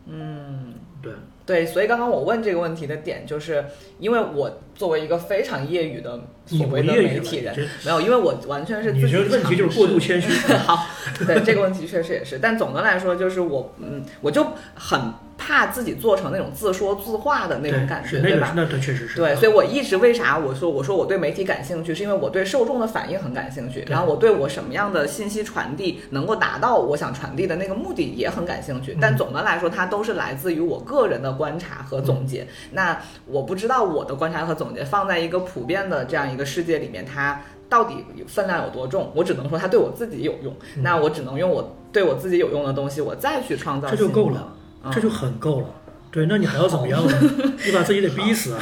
B: 嗯。
A: 对，
B: 对，所以刚刚我问这个问题的点，就是因为我作为一个非常业余的
A: 你
B: 所
A: 不
B: 谓的
A: 业余
B: 媒
A: 了
B: 体人
A: 你，
B: 没有，因为我完全是
A: 你
B: 自己
A: 这问题就是过度
B: 尝
A: 谦
B: 试
A: 虚，
B: 好，对这个问题确实也是，但总的来说就是我，嗯，我就很怕自己做成那种自说自话 的那
A: 对，
B: 种感觉，
A: 是那
B: 对
A: 个
B: 吧？
A: 那他确实是，
B: 对，所以我一直为啥我说我说我对媒体感兴趣，是因为我对受众的反应很感兴趣，
A: 对
B: 然后我对我什么样的信息传递能够达到我想传递的那个目的也很感兴趣
A: 嗯。
B: 但总的来说，它都是来自于我个人的观察和总
A: 嗯
B: 结。那我不知道我的观察和总结放在一个普遍的这样一个世界里面，它。到底分量有多重？我只能说它对我自己有用。
A: 嗯
B: 那我只能用我对我自己有用的东西，我再去创造
A: 这就
B: 新
A: 够
B: 的
A: 了。啊这就很够了。对，那你还要怎么样呢？ 你把自己得逼死啊！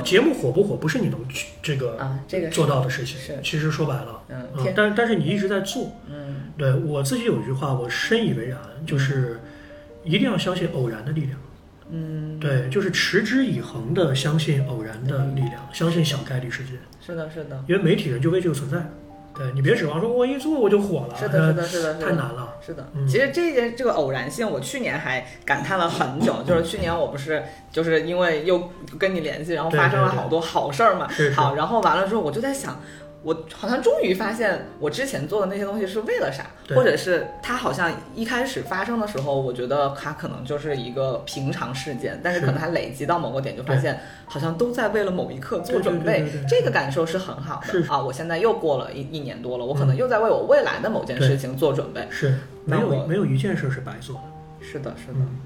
A: 节目火不火不是你能去这个
B: 啊，这个是
A: 做到的事情
B: 是。
A: 其实说白了，
B: 嗯
A: 嗯
B: 天，
A: 但但是你一直在做。
B: 嗯
A: 对我自己有一句话，我深以为然，就是一定要相信偶然的力量。
B: 嗯，
A: 对，就是持之以恒的相信偶然的力量，相信小概率事件，
B: 是的，是的。
A: 因为媒体人就为这个存在。对你别指望说我一做我就火了，
B: 是的，是的，是的，是的
A: 太难了。
B: 是的
A: 呃嗯，
B: 其实这件这个偶然性，我去年还感叹了很久。就是去年我不是就是因为又跟你联系，然后
A: 对
B: 发生了
A: 对对
B: 好多好事儿嘛。
A: 是是
B: 好，然后完了之后，我就在想，我好像终于发现我之前做的那些东西是为了啥，
A: 对
B: 或者是它好像一开始发生的时候，我觉得它可能就是一个平常事件，但是
A: 是
B: 可能它累积到某个点，就发
A: 对
B: 现好像都在为了某一刻
A: 对
B: 做
A: 对
B: 准
A: 对
B: 备
A: 对对。
B: 这个感受是很好
A: 是嗯
B: 的啊！我现在又过了一一年多了，我可能又在为我未来的某件
A: 对
B: 事情做准备。
A: 是没
B: 那我
A: 有没有一件事是白做的。
B: 是的，是的。
A: 嗯，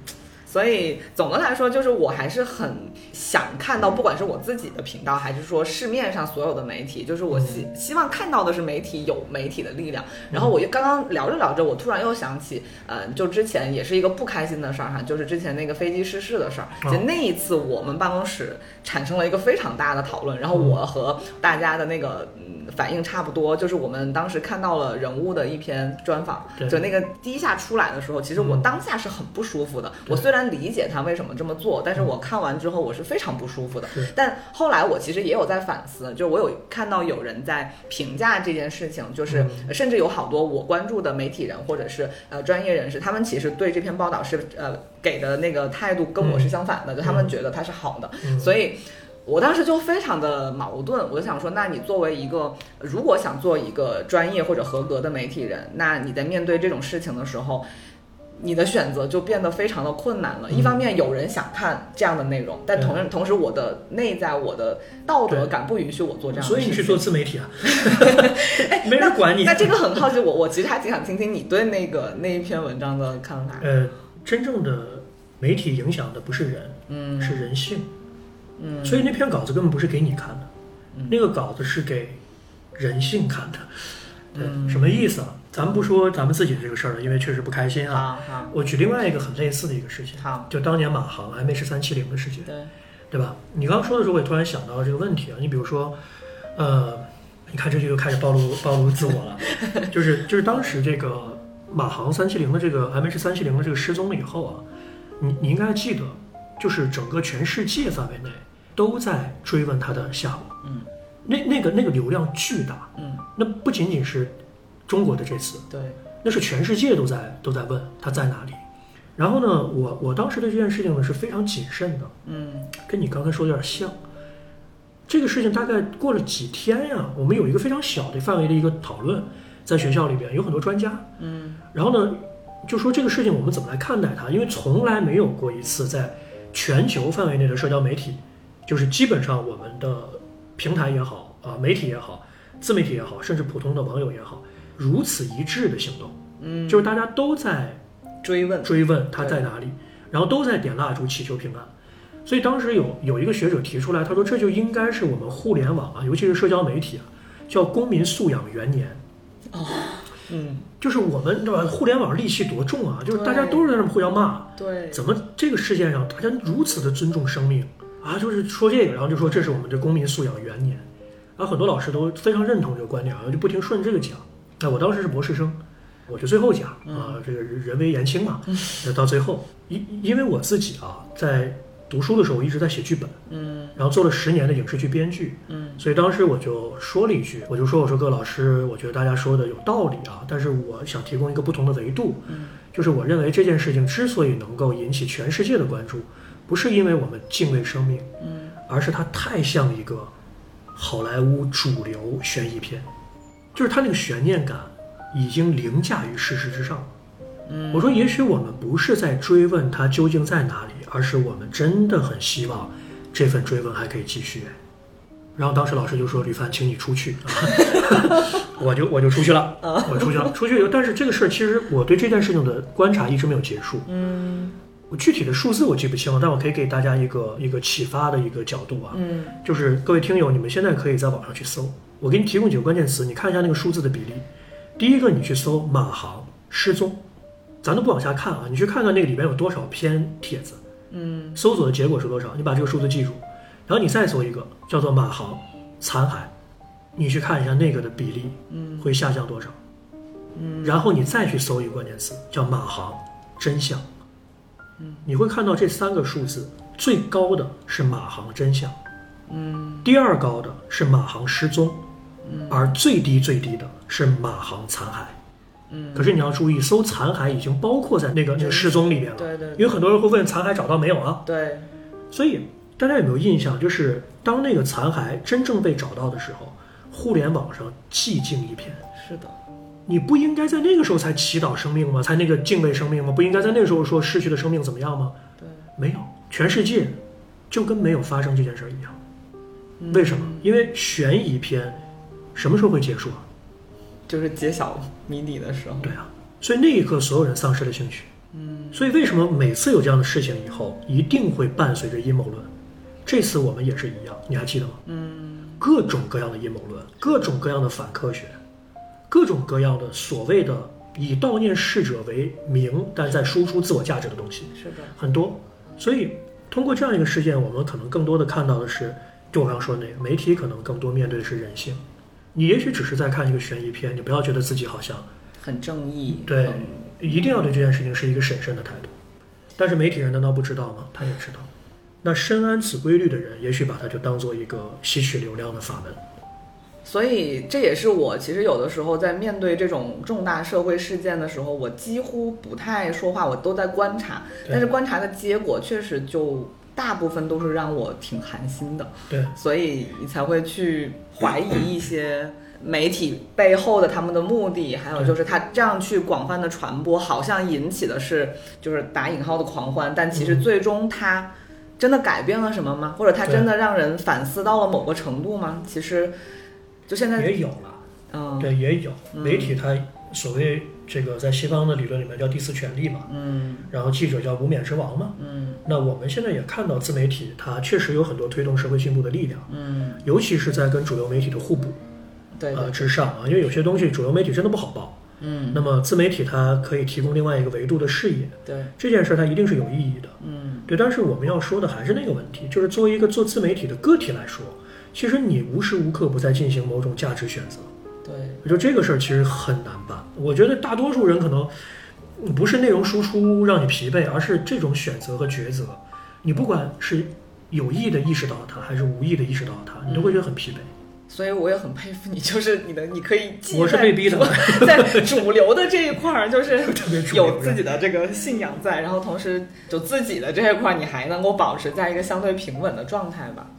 B: 所以总的来说，就是我还是很想看到，不管是我自己的频道，还是说市面上所有的媒体，就是我希
A: 嗯
B: 希望看到的是媒体有媒体的力量。然后我就刚刚聊着聊着，我突然又想起，呃，就之前也是一个不开心的事儿哈，就是之前那个飞机失事的事儿。
A: 哦
B: 就那一次，我们办公室产生了一个非常大的讨论，
A: 嗯
B: 然后我和大家的那个嗯反应差不多，就是我们当时看到了人物的一篇专访，
A: 对
B: 就那个第一下出来的时候，其实我当下是很不舒服的。我虽然理解他为什么这么做，但是我看完之后我是非常不舒服的
A: 是。
B: 但后来我其实也有在反思，就我有看到有人在评价这件事情，就是甚至有好多我关注的媒体人或者是呃专业人士，他们其实对这篇报道是呃给的那个态度跟我是相反的，就他们觉得它是好的，
A: 嗯
B: 所以。我当时就非常的矛盾，我就想说，那你作为一个如果想做一个专业或者合格的媒体人，那你在面对这种事情的时候，你的选择就变得非常的困难了。
A: 嗯
B: 一方面，有人想看这样的内容，但同同时，我的内在我的道德感不允许我做这样的事情。哎
A: 所以你去做自媒 体啊， 没人管你
B: 那。这个很好奇，我我其实还挺想听听你对那个那一篇文章的看法。
A: 呃，真正的媒体影响的不是人，
B: 嗯
A: 是人性。
B: 嗯
A: 所以那篇稿子根本不是给你看的，那个稿子是给人性看的。对，
B: 嗯
A: 什么意思啊？咱们不说咱们自己的这个事儿了，因为确实不开心啊。
B: 好好
A: 我举另外一个很类似的一个事情，
B: 好，
A: 就当年马航 MH 三七零的事情，
B: 对，
A: 对吧？你刚刚说的时候，我也突然想到了这个问题啊。你比如说，呃，你看这就又开始暴露暴露自我了，就是就是当时这个马航三七零的这个 MH 三七零的这个失踪了以后啊，你你应该记得，就是整个全世界范围内都在追问他的下落，
B: 嗯，
A: 那那个那个流量巨大，
B: 嗯，
A: 那不仅仅是中国的这次，
B: 对，
A: 那是全世界都在都在问他在哪里。然后呢，我我当时对这件事情呢是非常谨慎的，
B: 嗯
A: 跟你刚才说的有点像。这个事情大概过了几天呀、我们有一个非常小的范围的一个讨论，在学校里边有很多专家，
B: 嗯
A: 然后呢，就说这个事情我们怎么来看待它，因为从来没有过一次在全球范围内的社交媒体，就是基本上我们的平台也好啊、媒体也好、自媒体也好，甚至普通的网友也好，如此一致的行动，
B: 嗯，
A: 就是大家都在
B: 追问，
A: 追问他在哪里，然后都在点蜡烛祈求平安。所以当时有有一个学者提出来，他说这就应该是我们互联网啊，尤其是社交媒体啊，叫公民素养元年。
B: 嗯，
A: 就是我们对吧？互联网戾气多重啊！就是大家
B: 对
A: 都是在那么互相骂，
B: 对，
A: 怎么这个世界上大家如此的尊重生命啊？就是说这个，然后就说这是我们的公民素养元年，然后很多老师都非常认同这个观点，啊然后就不停顺这个讲。哎，我当时是博士生，我就最后讲啊，这个人微言轻嘛，那到最后，因因为我自己啊，在读书的时候我一直在写剧本，
B: 嗯
A: 然后做了十年的影视剧编剧，
B: 嗯
A: 所以当时我就说了一句，我就说我说各位老师，我觉得大家说的有道理啊，但是我想提供一个不同的维度，
B: 嗯
A: 就是我认为这件事情之所以能够引起全世界的关注，不是因为我们敬畏生命，
B: 嗯
A: 而是它太像一个好莱坞主流悬疑片，就是它那个悬念感已经凌驾于事实之上了。
B: 嗯
A: 我说，也许我们不是在追问它究竟在哪里，而是我们真的很希望这份追问还可以继续。然后当时老师就说：“吕帆，请你出去。” 我就我就出去了，我出去了，出去以后，但是这个事儿其实我对这件事情的观察一直没有结束。
B: 嗯
A: 我具体的数字我记不清了，但我可以给大家一个一个启发的一个角度啊，
B: 嗯
A: 就是各位听友，你们现在可以在网上去搜，我给你提供几个关键词，你看一下那个数字的比例。第一个，你去搜马航失踪，咱都不往下看啊，你去看看那个里边有多少篇帖子，
B: 嗯
A: 搜索的结果是多少，你把这个数字记住，然后你再搜一个叫做马航残骸，你去看一下那个的比例
B: 嗯
A: 会下降多少，
B: 嗯
A: 然后你再去搜一个关键词叫马航真相，
B: 嗯
A: 你会看到这三个数字最高的是马航真相，
B: 嗯
A: 第二高的是马航失踪，而最低最低的是马航残骸。
B: 嗯，
A: 可是你要注意，搜残骸已经包括在那个那个失踪里面了，
B: 对对
A: 因为很多人会问残骸找到没有啊？
B: 对，
A: 所以大家有没有印象，就是当那个残骸真正被找到的时候，互联网上寂静一片。
B: 是的，
A: 你不应该在那个时候才祈祷生命吗？才那个敬畏生命吗？不应该在那个时候说逝去的生命怎么样吗？
B: 对，
A: 没有，全世界就跟没有发生这件事儿一样。为什么？因为悬疑片什么时候会结束啊？
B: 就是揭晓谜底的时候，
A: 对啊，所以那一刻所有人丧失了兴趣。嗯，所以为什么每次有这样的事情以后，一定会伴随着阴谋论？这次我们也是一样，你还记得吗？嗯，各种各样的阴谋论，各种各样的反科学，各种各样的所谓的以悼念逝者为名，但在输出自我价值的东西
B: 是的，
A: 很多。所以通过这样一个事件，我们可能更多的看到的是，就我刚刚说的那个，媒体可能更多面对的是人性。你也许只是在看一个悬疑片，你不要觉得自己好像
B: 很正义。
A: 对
B: 嗯，
A: 一定要对这件事情是一个审慎的态度。但是媒体人难道不知道吗？他也知道。那深谙此规律的人，也许把它就当做一个吸取流量的法门。
B: 所以这也是我其实有的时候在面对这种重大社会事件的时候，我几乎不太说话，我都在观察。
A: 对
B: 但是观察的结果确实就大部分都是让我挺寒心的，
A: 对，
B: 所以你才会去怀疑一些媒体背后的他们的目的，还有就是他这样去广泛的传播，好像引起的是就是打引号的狂欢，但其实最终他。真的改变了什么吗？或者他真的让人反思到了某个程度吗？其实，就现在
A: 也有了，
B: 嗯，
A: 对，也有
B: 嗯
A: 媒体它所谓这个在西方的理论里面叫第四权利嘛，
B: 嗯
A: 然后记者叫无冕之王嘛。
B: 嗯
A: 那我们现在也看到自媒体它确实有很多推动社会进步的力量，
B: 嗯，
A: 尤其是在跟主流媒体的互补
B: 对
A: 呃
B: 的，
A: 之上啊，因为有些东西主流媒体真的不好报。
B: 嗯
A: 那么自媒体它可以提供另外一个维度的视野，
B: 对，
A: 这件事儿它一定是有意义的。
B: 嗯
A: 对，但是我们要说的还是那个问题，就是作为一个做自媒体的个体来说，其实你无时无刻不在进行某种价值选择。
B: 对，
A: 我觉得这个事儿其实很难办。我觉得大多数人可能不是内容输出让你疲惫，而是这种选择和抉择，你不管是有意的意识到它，还是无意的意识到它，你都会觉得很疲惫。
B: 所以我也很佩服你， 就是你的，你可以既
A: 我是
B: 在
A: 被逼的
B: 主，在主流的这一块儿，就是
A: 特别主流
B: 有自己的这个信仰在，然后同时就自己的这一块，你还能够保持在一个相对平稳的状态吧。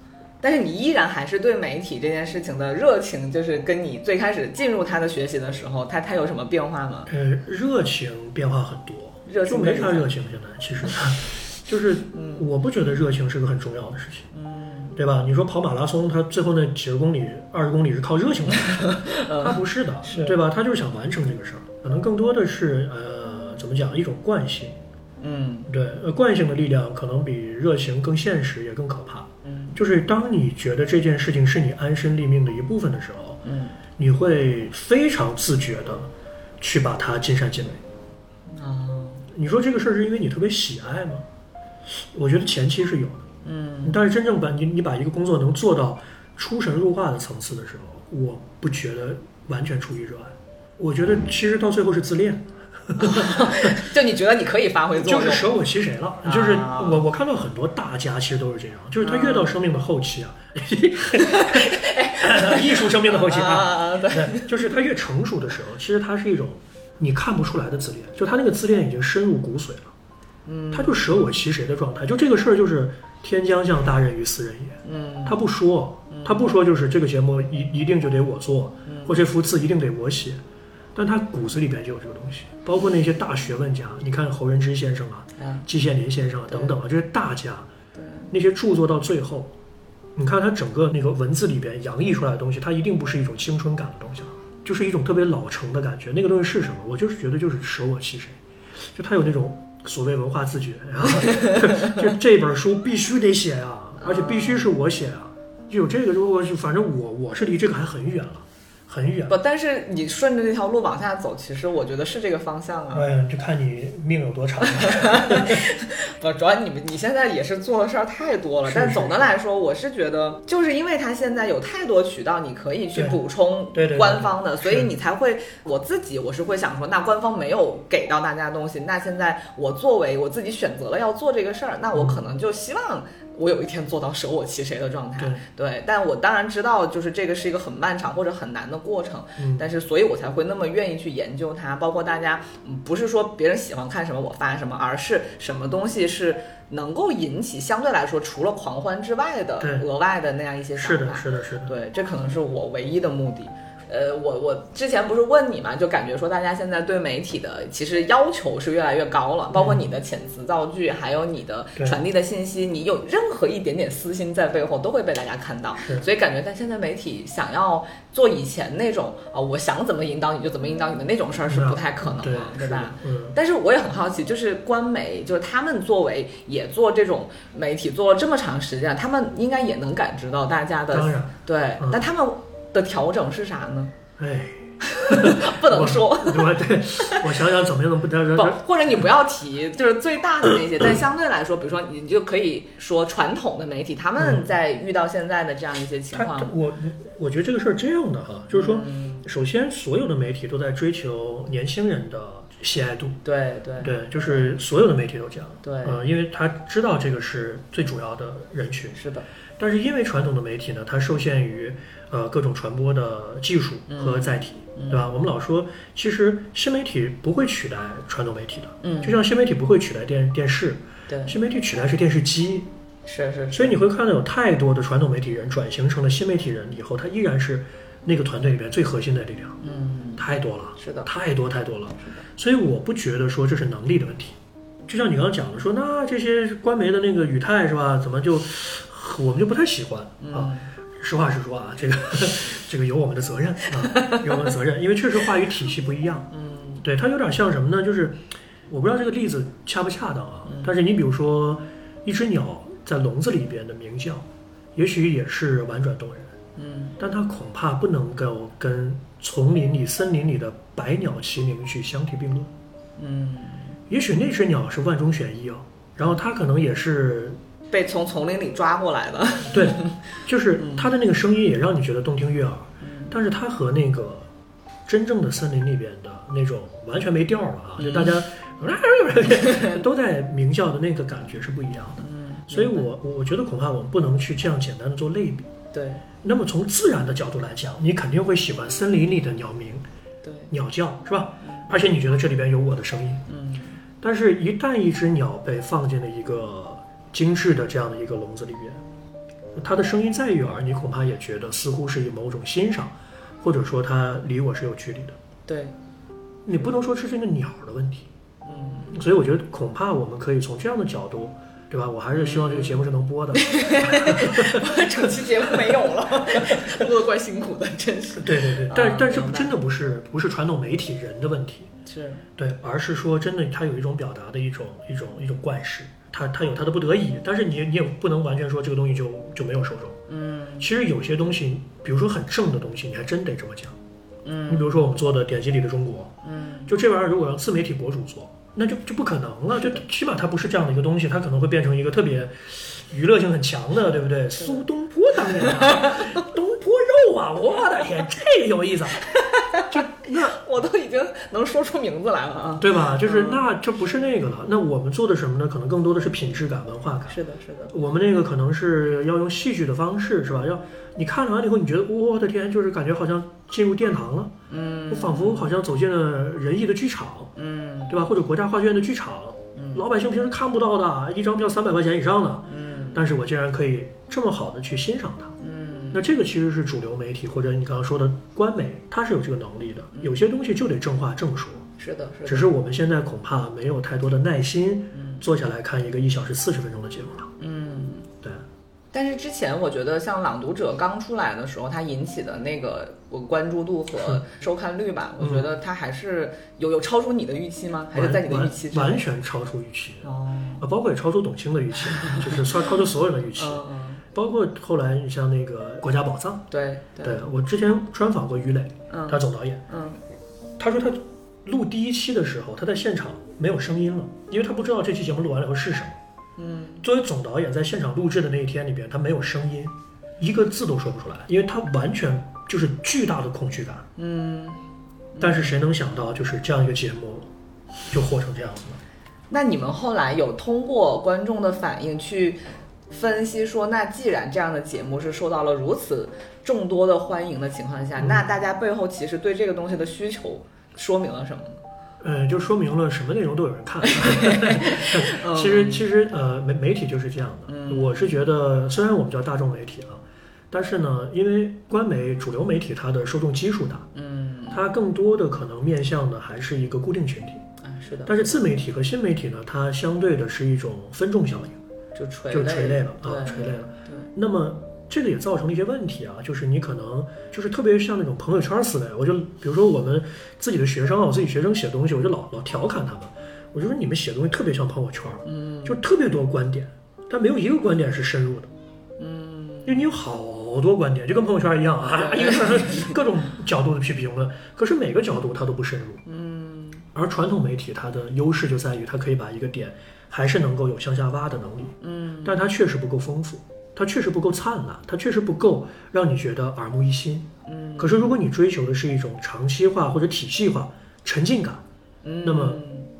B: 但是你依然还是对媒体这件事情的热情，就是跟你最开始进入他的学习的时候，他他有什么变化吗？
A: 呃，热情变化很多，
B: 热情
A: 就没
B: 变
A: 啥
B: 化
A: 热情。现在其实，就是我不觉得热情是个很重要的事情，嗯，对吧？你说跑马拉松，他最后那几十公里、二十公里是靠热情完成的，他不是的，
B: 是
A: 对吧？他就是想完成这个事儿，可能更多的是呃，怎么讲，一种惯性，
B: 嗯
A: 对，呃，惯性的力量可能比热情更现实，也更可怕。
B: 嗯
A: 就是当你觉得这件事情是你安身立命的一部分的时候，
B: 嗯
A: 你会非常自觉的去把它尽善尽美。嗯
B: 啊
A: 你说这个事儿是因为你特别喜爱吗？我觉得前期是有的，
B: 嗯
A: 但是真正把你你把一个工作能做到出神入化的层次的时候，我不觉得完全出于热爱。我觉得其实到最后是自恋，
B: 就你觉得你可以发挥作
A: 就
B: 用，
A: 是舍我其谁了。就是
B: 啊
A: 我我看到很多大家其实都是这样，就是他越到生命的后期啊，艺术生命的后期
B: 啊
A: 啊，
B: 啊啊！对，
A: 对，就是他越成熟的时候，其实他是一种你看不出来的自恋，就他那个自恋已经深入骨髓了，嗯，他就舍我其谁的状态，就这个事儿就是天将降大任于斯人也，
B: 嗯
A: 他不说，他不说就是这个节目一一定就得我做，或这幅字一定得我写，但他骨子里边就有这个东西，包括那些大学问家，你看侯仁之先生啊，
B: 啊，
A: 季羡林先生啊等等啊，这些大家
B: 对，
A: 那些著作到最后。你看他整个那个文字里边洋溢出来的东西，它一定不是一种青春感的东西了，啊就是一种特别老成的感觉。那个东西是什么？我就是觉得就是舍我其谁，就他有那种所谓文化自觉，然后 就这本书必须得写啊，而且必须是我写啊，就有这个。如果是反正我我是离这个还很远了，很远。
B: 不，但是你顺着这条路往下走，其实我觉得是这个方向啊。
A: 哎呀，就看你命有多长啊了。
B: 不，主要你们你现在也是做的事儿太多了，
A: 是
B: 但
A: 是
B: 总的来说，我是觉得，就是因为它现在有太多渠道，你可以去
A: 对
B: 补充
A: 对对对
B: 官方的，
A: 是
B: 所以你才会，我自己我是会想说，那官方没有给到大家东西，那现在我作为我自己选择了要做这个事儿，那我可能就希望我有一天做到舍我其谁的状态。
A: 对
B: 对，但我当然知道，就是这个是一个很漫长或者很难的过程，
A: 嗯
B: 但是所以我才会那么愿意去研究它。包括大家，嗯不是说别人喜欢看什么我发什么，而是什么东西是能够引起相对来说除了狂欢之外的
A: 对
B: 额外的那样一些想
A: 是的，
B: 法。
A: 是的，是的。
B: 对，这可能是我唯一的目的。呃，我我之前不是问你嘛，就感觉说大家现在对媒体的其实要求是越来越高了，包括你的遣词造句，还有你的
A: 嗯对
B: 传递的信息，你有任何一点点私心在背后都会被大家看到，
A: 是
B: 所以感觉但现在媒体想要做以前那种啊、我想怎么引导你就怎么引导你的那种事儿 是不太可能
A: 啊对
B: 了，，对吧？？
A: 嗯，
B: 但是我也很好奇，就是官媒，就是他们作为也做这种媒体做了这么长时间，他们应该也能感知到大家
A: 当
B: 的
A: 然，
B: 对
A: 嗯，
B: 但他们的调整是 啥呢？
A: 哎，
B: 不能 说，
A: 我对我想想怎么样能不能
B: 不，或者你不要提，就是最大的那些。 但相对来说，比如说你就可以说传统的媒体，他们在遇到现在的这样一些情
A: 他他
B: 况，
A: 我我觉得这个事儿这样的哈，就是说，
B: 嗯
A: 首先所有的媒体都在追求年轻人的喜爱度，
B: 对对
A: 对，就是所有的媒体都这样，
B: 对，
A: 嗯，因为他知道这个是最主要的人群，
B: 是的，
A: 但是因为传统的媒体呢，它受限于呃各种传播的技术
B: 嗯
A: 和载体，对吧？我们老说，其实新媒体不会取代传统媒体的，
B: 嗯
A: 就像新媒体不会取代电电视，
B: 对，
A: 新媒体取代是电视机，
B: 是是是，
A: 所以你会看到有太多的传统媒体人转型成了新媒体人以后，他依然是那个团队里边最核心的力量，
B: 嗯，
A: 太多了，
B: 是的，
A: 太多太多了。所以我不觉得说这是能力的问题，就像你刚刚讲的说，那这些官媒的那个语态是吧，怎么就我们就不太喜欢啊？
B: 嗯，
A: 实话实说啊，这个 这个有我们的责任啊，有我们的责任，因为确实话语体系不一样。
B: 嗯，
A: 对，它有点像什么呢？就是我不知道这个例子恰不恰当啊，但是你比如说一只鸟在笼子里边的鸣叫，也许也是婉转动人，
B: 嗯，
A: 但它恐怕不能够跟丛林里、森林里的百鸟齐鸣去相提并论。
B: 嗯，
A: 也许那只鸟是万中选一哦，然后它可能也是
B: 被从丛林里抓过来的，
A: 对，就是它的那个声音也让你觉得动听悦耳，但是它和那个真正的森林里边的那种完全没调了啊，就大家都在鸣叫的那个感觉是不一样的。
B: 嗯，
A: 所以我我我觉得恐怕我们不能去这样简单的做类比。
B: 嗯对
A: 那么从自然的角度来讲，你肯定会喜欢森林里的鸟鸣、
B: 对，
A: 鸟叫，是吧？而且你觉得这里边有我的声音，
B: 嗯
A: 但是，一旦一只鸟被放进了一个精致的这样的一个笼子里边，它的声音再悦耳，你恐怕也觉得似乎是以某种欣赏，或者说它离我是有距离的。
B: 对，
A: 你不能说这是那鸟的问题，
B: 嗯，
A: 所以我觉得恐怕我们可以从这样的角度，对吧？我还是希望这个节目是能播的。
B: 嗯 整期节目没有 了，录的怪辛苦的，真是
A: 对对对
B: 啊，
A: 但但是
B: 明白
A: 真的不是不是传统媒体人的问题，
B: 是，
A: 对，而是说真的，它有一种表达的一种一种一种惯式，它它有它的不得已，但是你也你也不能完全说这个东西就就没有受众。
B: 嗯
A: 其实有些东西，比如说很正的东西，你还真得这么讲。你
B: 嗯
A: 比如说我们做的《典籍里的中国
B: 嗯》，
A: 就这玩意儿，如果让自媒体博主做，那就就不可能了。就起码它不是这样的一个东西，它可能会变成一个特别娱乐性很强的，对不对？苏东坡当年、啊， 东坡肉啊，我的天，这有意思啊，就那
B: 我都已经能说出名字来了啊，
A: 对吧？就是
B: 嗯
A: 那这不是那个了。那我们做的什么呢？可能更多的是品质感、文化感。
B: 是的，是的，
A: 我们那个可能是要用戏剧的方式，是吧？要你看完了以后，你觉得我的天，就是感觉好像进入殿堂了，
B: 嗯
A: 我仿佛好像走进了仁义的剧场，
B: 嗯
A: 对吧？或者国家画剧院的剧场，老百姓平时看不到的，一张票三百块钱以上的，
B: 嗯
A: 但是我竟然可以这么好的去欣赏它。
B: 嗯
A: 那这个其实是主流媒体或者你刚刚说的官媒，它是有这个能力的。
B: 嗯
A: 有些东西就得正话正说，
B: 是的，是
A: 只
B: 的，
A: 是我们现在恐怕没有太多的耐心，坐下来看一个一小时四十分钟的节目了。
B: 嗯。
A: 对，
B: 但是之前我觉得像《朗读者》刚出来的时候，它引起的那个我关注度和收看率吧，我觉得它还是有有超出你的预期吗？还是在你的预期之
A: 完
B: 内？
A: 完全超出预期。
B: 哦，
A: 啊，包括也超出董卿的预期，就是 超超出所有人的预期，
B: 嗯嗯，
A: 包括后来你像那个《国家宝藏》，
B: 对对，
A: 对我之前专访过于磊，
B: 嗯
A: 他总导演，
B: 嗯
A: 他说他录第一期的时候，他在现场没有声音了，因为他不知道这期节目录完了以后是什么。
B: 嗯，
A: 作为总导演，在现场录制的那一天里边，他没有声音，一个字都说不出来，因为他完全就是巨大的恐惧感。
B: 嗯。
A: 但是谁能想到，就是这样一个节目就火成这样子呢？
B: 那你们后来有通过观众的反应去分析说，那既然这样的节目是受到了如此众多的欢迎的情况
A: 嗯
B: 下，那大家背后其实对这个东西的需求说明了什么呢？
A: 嗯，就说明了什么内容都有人看。其实，其实呃，媒媒体就是这样的。我是觉得，虽然我们叫大众媒体啊，但是呢，因为官媒主流媒体它的受众基数大，
B: 嗯
A: 它更多的可能面向的还是一个固定群体。
B: 啊，是的，
A: 但是自媒体和新媒体呢，它相对的是一种分众效应，
B: 就垂
A: 就是垂
B: 类
A: 类了啊，
B: 对
A: 垂类了。
B: 对，
A: 那么这个也造成了一些问题啊，就是你可能就是特别像那种朋友圈思维，我就比如说我们自己的学生啊，我自己学生写东西，我就老老调侃他们，我就说你们写东西特别像朋友圈，嗯，就特别多观点，但没有一个观点是深入的，嗯，因为你有好多观点，就跟朋友圈一样啊， 一个事儿各种角度的去评论，可是每个角度它都不深入，嗯，而传统媒体它的优势就在于它可以把一个点还是能够有向下挖的能力，嗯，但它确实不够丰富。它确实不够灿烂，它确实不够让你觉得耳目一新。嗯，可是如果你追求的是一种长期化或者体系化、沉浸感，
B: 嗯，
A: 那么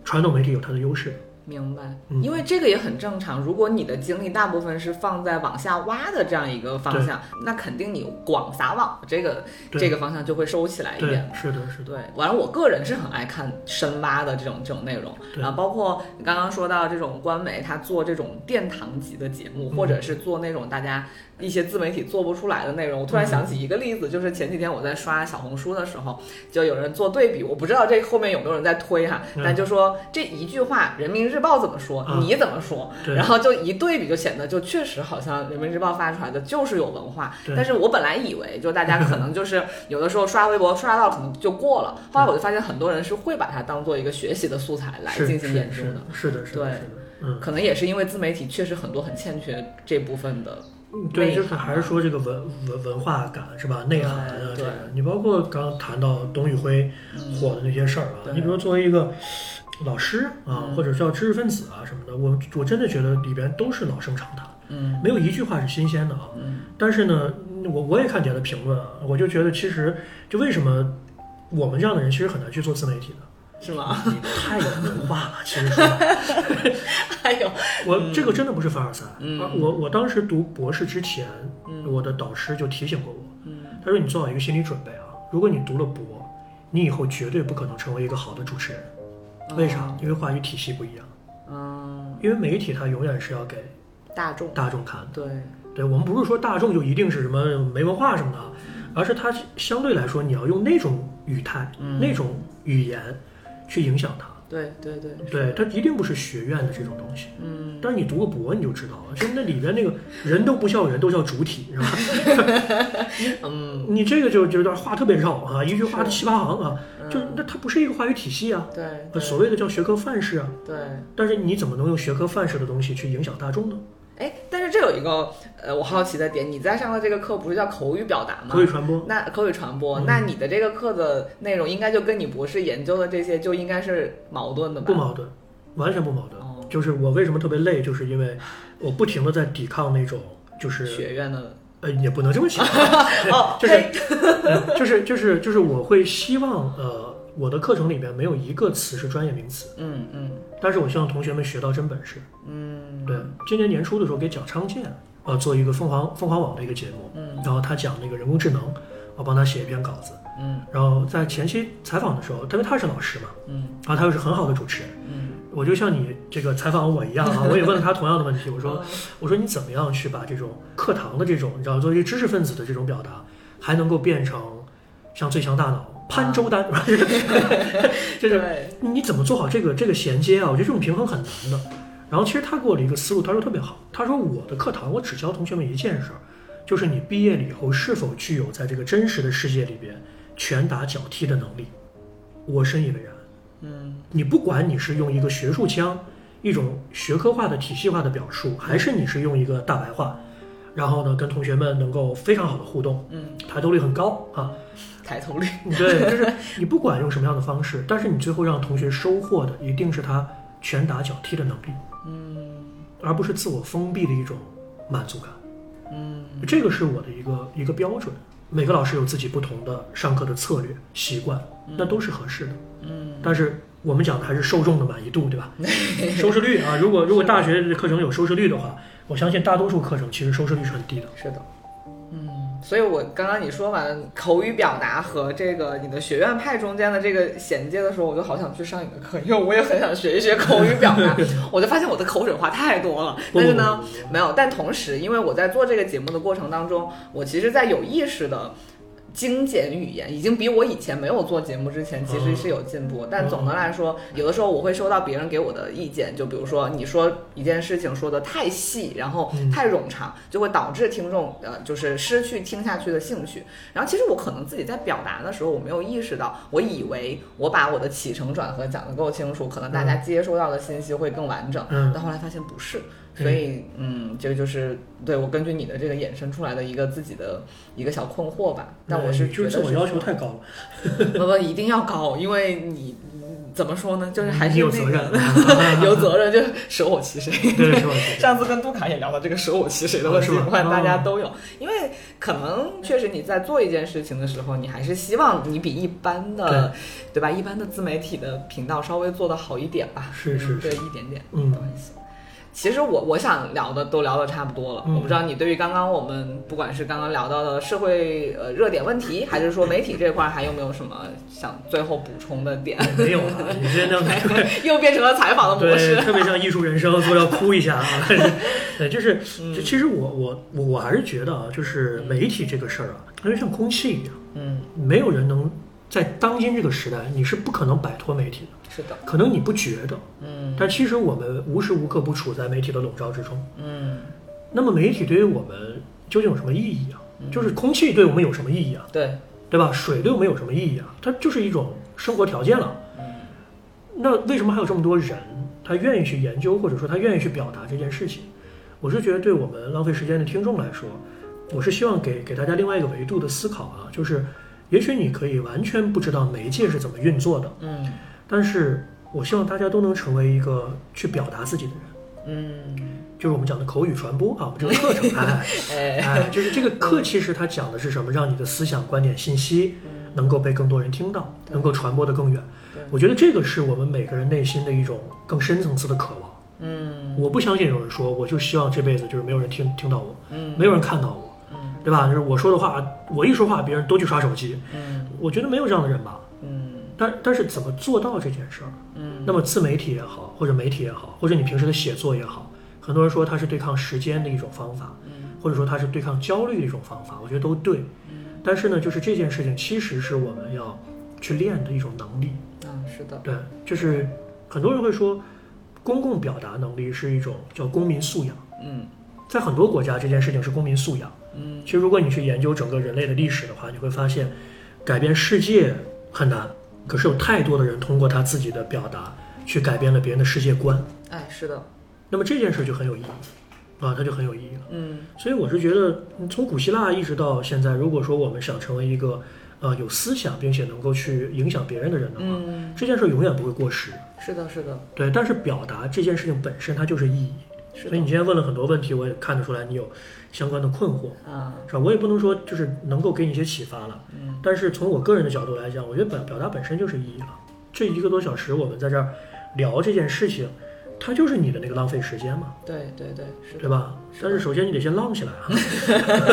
A: 传统媒体有它的优势。
B: 明白，
A: 嗯
B: 因为这个也很正常。如果你的精力大部分是放在往下挖的这样一个方向，那肯定你广撒网这个
A: 对
B: 这个方向就会收起来一
A: 对
B: 点。，
A: 是的，是的，
B: 对，完了，我个人是很爱看深挖的这种这种内容，
A: 对
B: 然后包括你刚刚说到这种官媒，他做这种殿堂级的节目，
A: 嗯
B: 或者是做那种大家一些自媒体做不出来的内容。我突然想
A: 嗯
B: 起一个例子，就是前几天我在刷小红书的时候，就有人做对比，我不知道这后面有没有人在推哈，
A: 嗯
B: 但就说这一句话，《人民日报》怎么说，
A: 啊
B: 你怎么说，
A: 对
B: 然后就一对比，就显得就确实好像《人民日报》发出来的就是有文化。
A: 对
B: 但是我本来以为就大家可能就是有的时候刷微博刷到可能就过了，
A: 嗯
B: 后来我就发现很多人是会把它当做一个学习的素材来
A: 是
B: 进
A: 是
B: 行
A: 是
B: 研究
A: 是
B: 的。
A: 的，是的，
B: 对
A: 是的，嗯。
B: 可能也是因为自媒体确实很多很欠缺这部分的，
A: 对，
B: 内
A: 就是
B: 涵
A: 还是说这个文文文化感是吧？内涵啊，
B: 对
A: 这
B: 对嗯
A: 个你包括刚刚谈到董宇辉火的那些事儿啊，
B: 对嗯
A: 你比如说作为一个老师啊，或者叫知识分子啊什么的，我我真的觉得里边都是老生常谈，
B: 嗯，
A: 没有一句话是新鲜的啊。
B: 嗯
A: 但是呢，我我也看底下的评论啊，我就觉得其实就为什么我们这样的人其实很难去做自媒体呢？
B: 是吗？
A: 你太有文化了，其实说 白了
B: 还有，
A: 我这个真的不是凡尔赛。
B: 嗯
A: 啊我我当时读博士之前，我的导师就提醒过我，他说你做好一个心理准备啊，如果你读了博，你以后绝对不可能成为一个好的主持人。为啥？因为话语体系不一样，
B: 嗯，
A: 因为媒体它永远是要给
B: 大众，
A: 大众看的。
B: 对，
A: 对我们不是说大众就一定是什么没文化什么的，啊而是它相对来说你要用那种语态、那种语言去影响它。
B: 对，对，对，
A: 对，它一定不是学院的这种东西。
B: 嗯，
A: 但是你读个博你就知道了，就那里边那个人都不叫人，都叫主体，是吧？
B: 嗯，
A: 你这个就就有点话特别绕啊，一句话七八行啊，
B: 嗯
A: 就是那它不是一个话语体系啊，
B: 对，
A: 呃所谓的叫学科范式啊。
B: 对。
A: 但是你怎么能用学科范式的东西去影响大众呢？
B: 哎，但是这有一个呃，我好奇的点，你在上的这个课不是叫口语表达吗？
A: 口语传播，嗯
B: 那口语传播，那你的这个课的内容应该就跟你博士研究的这些就应该是矛盾的吧？
A: 不矛盾，完全不矛盾。
B: 哦
A: 就是我为什么特别累，就是因为我不停的在抵抗那种，就是
B: 学院的
A: 呃，也不能这么想，
B: 哦，
A: 就是
B: 嘿
A: 呃就是就是就是我会希望呃，我的课程里面没有一个词是专业名词，
B: 嗯嗯
A: 但是我希望同学们学到真本事。
B: 嗯，
A: 对，今年年初的时候给蒋昌建呃做一个凤凰凤凰网的一个节目，
B: 嗯
A: 然后他讲那个人工智能，我帮他写一篇稿子，
B: 嗯
A: 然后在前期采访的时候，因为他是老师嘛，
B: 嗯
A: 然后他又是很好的主持人。
B: 嗯，
A: 我就像你这个采访我一样啊，我也问了他同样的问题，我
B: 嗯
A: 说，我说你怎么样去把这种课堂的这种，你知道作为一个知识分子的这种表达，还能够变成像最强大脑潘周丹， 就是
B: 对，
A: 你怎么做好这个这个衔接啊？我觉得这种平衡很难的。然后其实他给我的一个思路，他说特别好，他说我的课堂我只教同学们一件事儿，就是你毕业了以后是否具有在这个真实的世界里边拳打脚踢的能力。我深以为然。
B: 嗯
A: 你不管你是用一个学术腔，一种学科化的体系化的表述，还是你是用一个大白话，然后呢跟同学们能够非常好的互动，
B: 嗯，
A: 抬头率很高啊。
B: 抬头率，
A: 对，就是你不管用什么样的方式，但是你最后让同学收获的一定是他拳打脚踢的能力，
B: 嗯
A: 而不是自我封闭的一种满足感。
B: 嗯
A: 这个是我的一个一个标准。每个老师有自己不同的上课的策略习惯，那都是合适的。
B: 嗯，
A: 但是我们讲的还是受众的满意度，对吧？收视率啊，如果如果大学的课程有收视率的话，我相信大多数课程其实收视率是很低的。
B: 是的，嗯，所以我刚刚你说完口语表达和这个你的学院派中间的这个衔接的时候，我就好想去上你的课，因为我也很想学一学口语表达。我就发现我的口水话太多了，但是呢，没有。但同时，因为我在做这个节目的过程当中，我其实在有意识的。精简语言已经比我以前没有做节目之前其实是有进步，但总的来说，有的时候我会收到别人给我的意见，就比如说你说一件事情说的太细，然后太冗长，就会导致听众呃就是失去听下去的兴趣。然后其实我可能自己在表达的时候，我没有意识到，我以为我把我的起承转合讲得够清楚，可能
A: 嗯
B: 大家接收到的信息会更完整，但后来发现不是。所以，嗯，这个就是对我根据你的这个衍生出来的一个自己的一个小困惑吧。但我
A: 哎
B: 是觉
A: 嗯就
B: 得
A: 自我要求太高 了，
B: 不不一定要高，因为你嗯怎么说呢，就是还是
A: 你有
B: 那
A: 责
B: 个
A: 任，啊
B: 有责任，就是舍我其谁。
A: 对，是吧？是
B: 上次跟杜卡也聊到这个舍我其谁的问题，
A: 哦是吗
B: 我发现大家都有，因为可能确实你在做一件事情的时候，你还是希望你比一般的，对吧？一般的自媒体的频道稍微做得好一点吧，
A: 是是
B: 嗯对，一点点。
A: 嗯
B: 没关系。其实我我想聊的都聊的差不多了，
A: 嗯
B: 我不知道你对于刚刚我们不管是刚刚聊到的社会呃热点问题，还是说媒体这块儿，还有没有什么想最后补充的 点？
A: 没有啊，你这那
B: 又变成了采访的模
A: 对，
B: 式。
A: 特别像艺术人生，所以要哭一下 啊。对，就是
B: 嗯
A: 这其实我我我我还是觉得啊，就是媒体这个事儿啊，它就像空气一样，
B: 嗯，
A: 没有人能在当今这个时代，你是不可能摆脱媒体的。
B: 是的，
A: 可能你不觉得，
B: 嗯
A: 但其实我们无时无刻不处在媒体的笼罩之中。
B: 嗯，
A: 那么媒体对于我们究竟有什么意义啊？
B: 嗯
A: 就是空气对我们有什么意义啊？
B: 对，
A: 对吧？水对我们有什么意义啊？它就是一种生活条件了。那为什么还有这么多人他愿意去研究，或者说他愿意去表达这件事情？我是觉得对我们浪费时间的听众来说，我是希望给给大家另外一个维度的思考啊，就是也许你可以完全不知道媒介是怎么运作的，
B: 嗯
A: 但是我希望大家都能成为一个去表达自己的人，
B: 嗯，
A: 就是我们讲的口语传播啊，我们这个课程，哎
B: 哎，
A: 哎，就是这个课其实它讲的是什么？让你的思想、观点、信息能够被更多人听到，能够传播得更远
B: 对。
A: 我觉得这个是我们每个人内心的一种更深层次的渴望。
B: 嗯
A: 我不相信有人说，我就希望这辈子就是没有人听听到我，
B: 嗯
A: 没有人看到我，
B: 嗯
A: 对吧？就是我说的话，我一说话，别人都去刷手机。
B: 嗯
A: 我觉得没有这样的人吧。
B: 嗯
A: 但但是怎么做到这件事儿？
B: 嗯，
A: 那么自媒体也好，或者媒体也好，或者你平时的写作也好，很多人说它是对抗时间的一种方法，或者说它是对抗焦虑的一种方法，我觉得都对。但是呢，就是这件事情其实是我们要去练的一种能力。
B: 嗯，是的，
A: 对，就是很多人会说，公共表达能力是一种叫公民素养，
B: 嗯
A: 在很多国家这件事情是公民素养。
B: 嗯
A: 其实如果你去研究整个人类的历史的话，你会发现，改变世界很难，可是有太多的人通过他自己的表达去改变了别人的世界观，
B: 哎，是的，
A: 那么这件事就很有意义，啊，它就很有意义了。
B: 嗯
A: 所以我是觉得，嗯从古希腊一直到现在，如果说我们想成为一个呃有思想并且能够去影响别人的人的话，
B: 嗯，
A: 这件事永远不会过时。
B: 是的，是的，
A: 对，但是表达这件事情本身它就是意义。
B: 是
A: 所以你
B: 的，
A: 今天问了很多问题，我也看得出来你有相关的困惑。
B: 啊，
A: 是吧？我也不能说就是能够给你一些启发了，
B: 嗯
A: 但是从我个人的角度来讲，我觉得表表达本身就是意义了。这一个多小时我们在这儿聊这件事情，它就是你的那个浪费时间嘛，
B: 对对对，是的
A: 对。吧？
B: 是
A: 但是首先你得先浪起来 啊，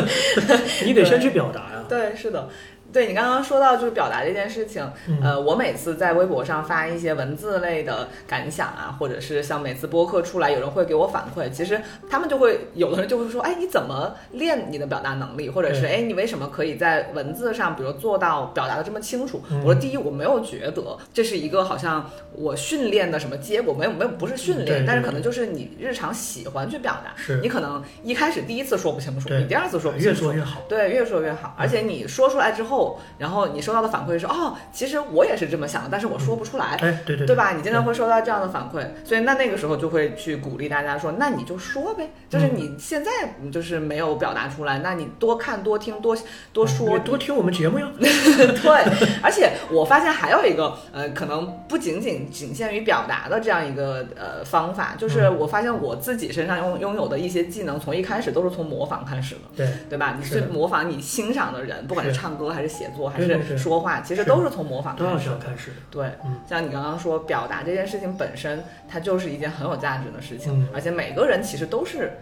A: 你得先去表达呀、
B: 对，是的，对你刚刚说到就是表达这件事情，
A: 嗯
B: 呃，我每次在微博上发一些文字类的感想啊，或者是像每次播客出来，有人会给我反馈，其实他们就会有的人就会说，哎，你怎么练你的表达能力，或者是
A: 对
B: 哎，你为什么可以在文字上，比如做到表达的这么清楚？
A: 嗯
B: 我说，第一，我没有觉得这是一个好像我训练的什么结果，没有没有，不是训
A: 嗯对
B: 练，
A: 对
B: 但是可
A: 对
B: 能就是你日常喜欢去表达，
A: 是
B: 你可能一开始第一次说不清楚，
A: 对
B: 你第二次说不清
A: 越
B: 楚
A: 做，越好。
B: 对，越说越好。而
A: 嗯
B: 且你说出来之后，然后你收到的反馈是哦，其实我也是这么想的，但是我说不出来，
A: 哎，对对
B: 对吧？你经常会收到这样的反馈，所以那那个时候就会去鼓励大家说，那你就说呗，就是
A: 嗯
B: 你现在就是没有表达出来，那你多看、多听、多多说
A: 你、多听我们节目呀，
B: 对，而且我发现还有一个呃，可能不仅仅仅限于表达的这样一个呃方法，就是
A: 嗯
B: 我发现我自己身上拥拥有的一些技能，从一开始都是从模仿开始的。
A: 对，
B: 对吧？你
A: 是
B: 去
A: 的
B: 模仿你欣赏的人，不管是
A: 是
B: 唱歌还是写作还
A: 对对
B: 是
A: 对
B: 说话，其实
A: 是
B: 都是从模仿
A: 都要
B: 开
A: 这
B: 始
A: 样
B: 的。
A: 开始。
B: 对
A: 嗯，
B: 像你刚刚说表达这件事情本身，它就是一件很有价值的事情
A: 嗯，
B: 而且每个人其实都是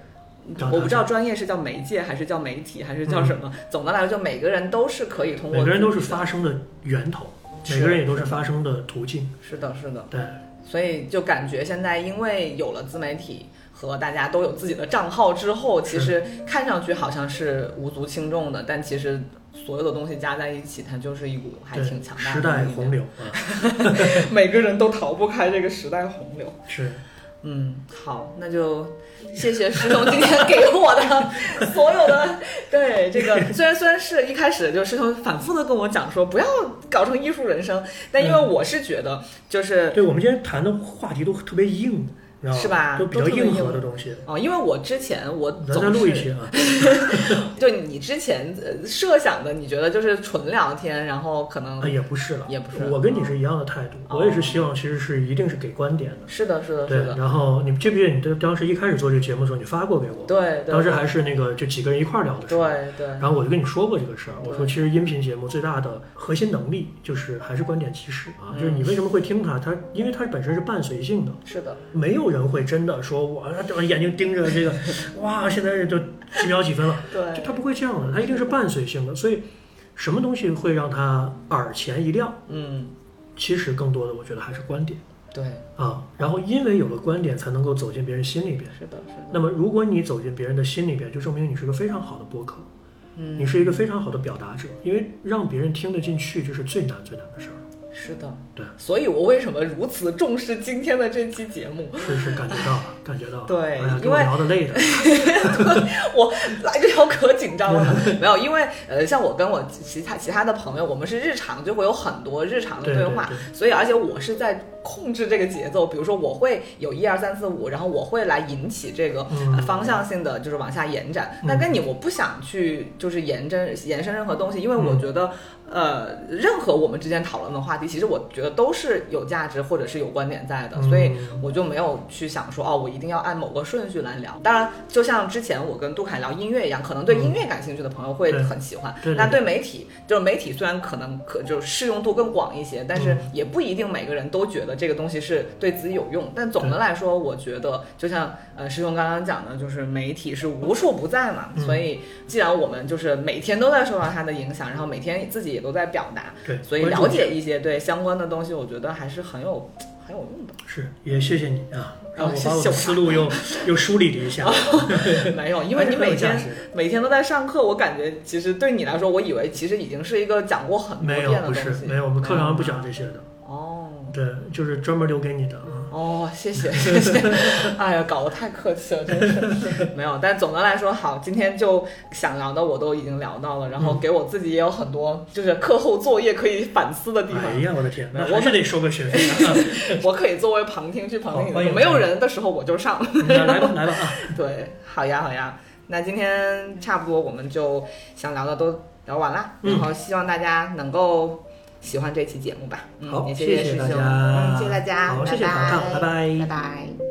A: 找
B: 我不知道
A: 他
B: 专业是叫媒介还是叫媒体还是叫什么。总的来说，就每个人都是可以通
A: 嗯
B: 过
A: 每个人都是
B: 自己的
A: 发声的源头，
B: 是
A: 每个人也都是发声的途径。
B: 是的，是的。
A: 对，
B: 所以就感觉现在因为有了自媒体和大家都有自己的账号之后，其实看上去好像是无足轻重的，但其实所有的东西加在一起，它就是一股还
A: 对
B: 挺强大的嗯
A: 时代
B: 力量
A: 洪，流啊，
B: 每个人都逃不开这个时代洪流。
A: 是
B: 嗯，好，那就谢谢师兄今天给我的所有的对 这个，虽然虽然是一开始就师兄反复的跟我讲说不要搞成艺术人生，但因为
A: 嗯
B: 我是觉得就是
A: 对。我们今天谈的话题都特别硬，你知道吗
B: 是吧
A: 都比较
B: 都特别
A: 硬
B: 硬
A: 核的东西，
B: 哦，因为我之前我
A: 咱
B: 总
A: 再录一
B: 是嗯
A: 期啊。
B: 就你之前呃设想的，你觉得就是纯聊天，然后可能
A: 啊，也不是了，
B: 也不是
A: 我跟你是一样的态度，
B: 哦
A: 我也是希望其实是一定是给观点的。
B: 是的，是的，
A: 对
B: 是，的，
A: 然后你记不记得你当当时一开始做这个节目的时候，你发过给我？
B: 对，对
A: 当时还是那个就几个人一块儿聊的时候。
B: 对对，
A: 然后我就跟你说过这个事儿，我说
B: 对
A: 其实音频节目最大的核心能力就是还是观点及时啊，就是你为什么会听它，它因为它本身是伴随性的，
B: 是的，
A: 没有人会真的说我我眼睛盯着这个，哇，现在就几秒几分了，就
B: 对，
A: 它不会这样的，它一定是伴随性的，所以什么东西会让它耳前一亮？
B: 嗯，
A: 其实更多的我觉得还是观点
B: 对，
A: 啊，然后因为有了观点才能够走进别人心里边。
B: 是的，是的，
A: 那么如果你走进别人的心里边，就证明你是个非常好的播客，
B: 嗯，
A: 你是一个非常好的表达者，因为让别人听得进去，这是最难最难的事儿，
B: 是的，
A: 对，
B: 所以我为什么如此重视今天的这期节目？
A: 是是感觉到了，感觉到了。
B: 对
A: 哎呀，给
B: 因
A: 我
B: 为
A: 聊的 累的，
B: 我 来这条可紧张 了，没有，因为呃，像我跟我其他其他的朋友，我们是日常就会有很多日常的
A: 对对
B: 话，
A: 对
B: 所以而且我是在控制这个节奏，比如说我会有一二三四五，然后我会来引起这个
A: 嗯
B: 呃方向性的就是往下延展。
A: 嗯
B: 那跟你我不想去就是延伸延伸任何东西，因为我
A: 嗯
B: 觉得呃，任何我们之间讨论的话题，其实我觉得都是有价值或者是有观点在的，所以
A: 嗯
B: 我就没有去想说哦，我一定要按某个顺序来聊。当然，就像之前我跟杜凯聊音乐一样，可能对音乐感兴趣的朋友会
A: 对
B: 很喜欢。
A: 对对
B: 那对媒体，就是媒体虽然可能可就是适用度更广一些，但是
A: 嗯
B: 也不一定每个人都觉得这个东西是对自己有用。但总的
A: 对
B: 来说，我觉得就像呃师兄刚刚讲的，就是媒体是无处不在嘛，
A: 嗯
B: 所以既然我们就是每天都在受到它的影响，然后每天自己也都在表达，
A: 对，
B: 所以
A: 关注
B: 了解一些对相关的东西，我觉得还是很有很有用的。
A: 是也谢谢你啊，让
B: 哦
A: 我
B: 谢
A: 把我
B: 谢
A: 的
B: 我
A: 思路 又又梳理了一下，
B: 没 有，因为你
A: 还是很有
B: 每
A: 价
B: 天
A: 值的
B: 每天都在上课，我感觉其实对你来说，我以为其实已经是一个讲过很多
A: 没
B: 遍
A: 有
B: 的
A: 不
B: 东
A: 是
B: 西。嗯
A: 没有，我们课堂上不讲这些的，
B: 哦
A: 对，就是专门留给你的啊。
B: 哦，谢谢谢谢，哎呀，搞得太客气了，真是没有。但总的来说，好，今天就想聊的我都已经聊到了，然
A: 嗯
B: 后给我自己也有很多就是课后作业可以反思的地方。
A: 哎呀，我的天，那
B: 我
A: 还是得收个学费啊！
B: 我可以作为旁听去旁听你
A: 好
B: 的
A: 欢迎
B: 课，没有
A: 欢迎
B: 人的时候我就上。
A: 来嗯来吧，来吧啊！
B: 对，好呀好呀，那今天差不多我们就想聊的都聊完啦，
A: 嗯
B: 然后希望大家能够喜欢这期节目吧。嗯，
A: 好，
B: 也
A: 谢
B: 谢
A: 谢
B: 师
A: 大
B: 兄，
A: 家，
B: 嗯，谢谢大家，
A: 好，
B: 拜
A: 谢谢
B: 拜
A: 糖糖，拜拜
B: 拜拜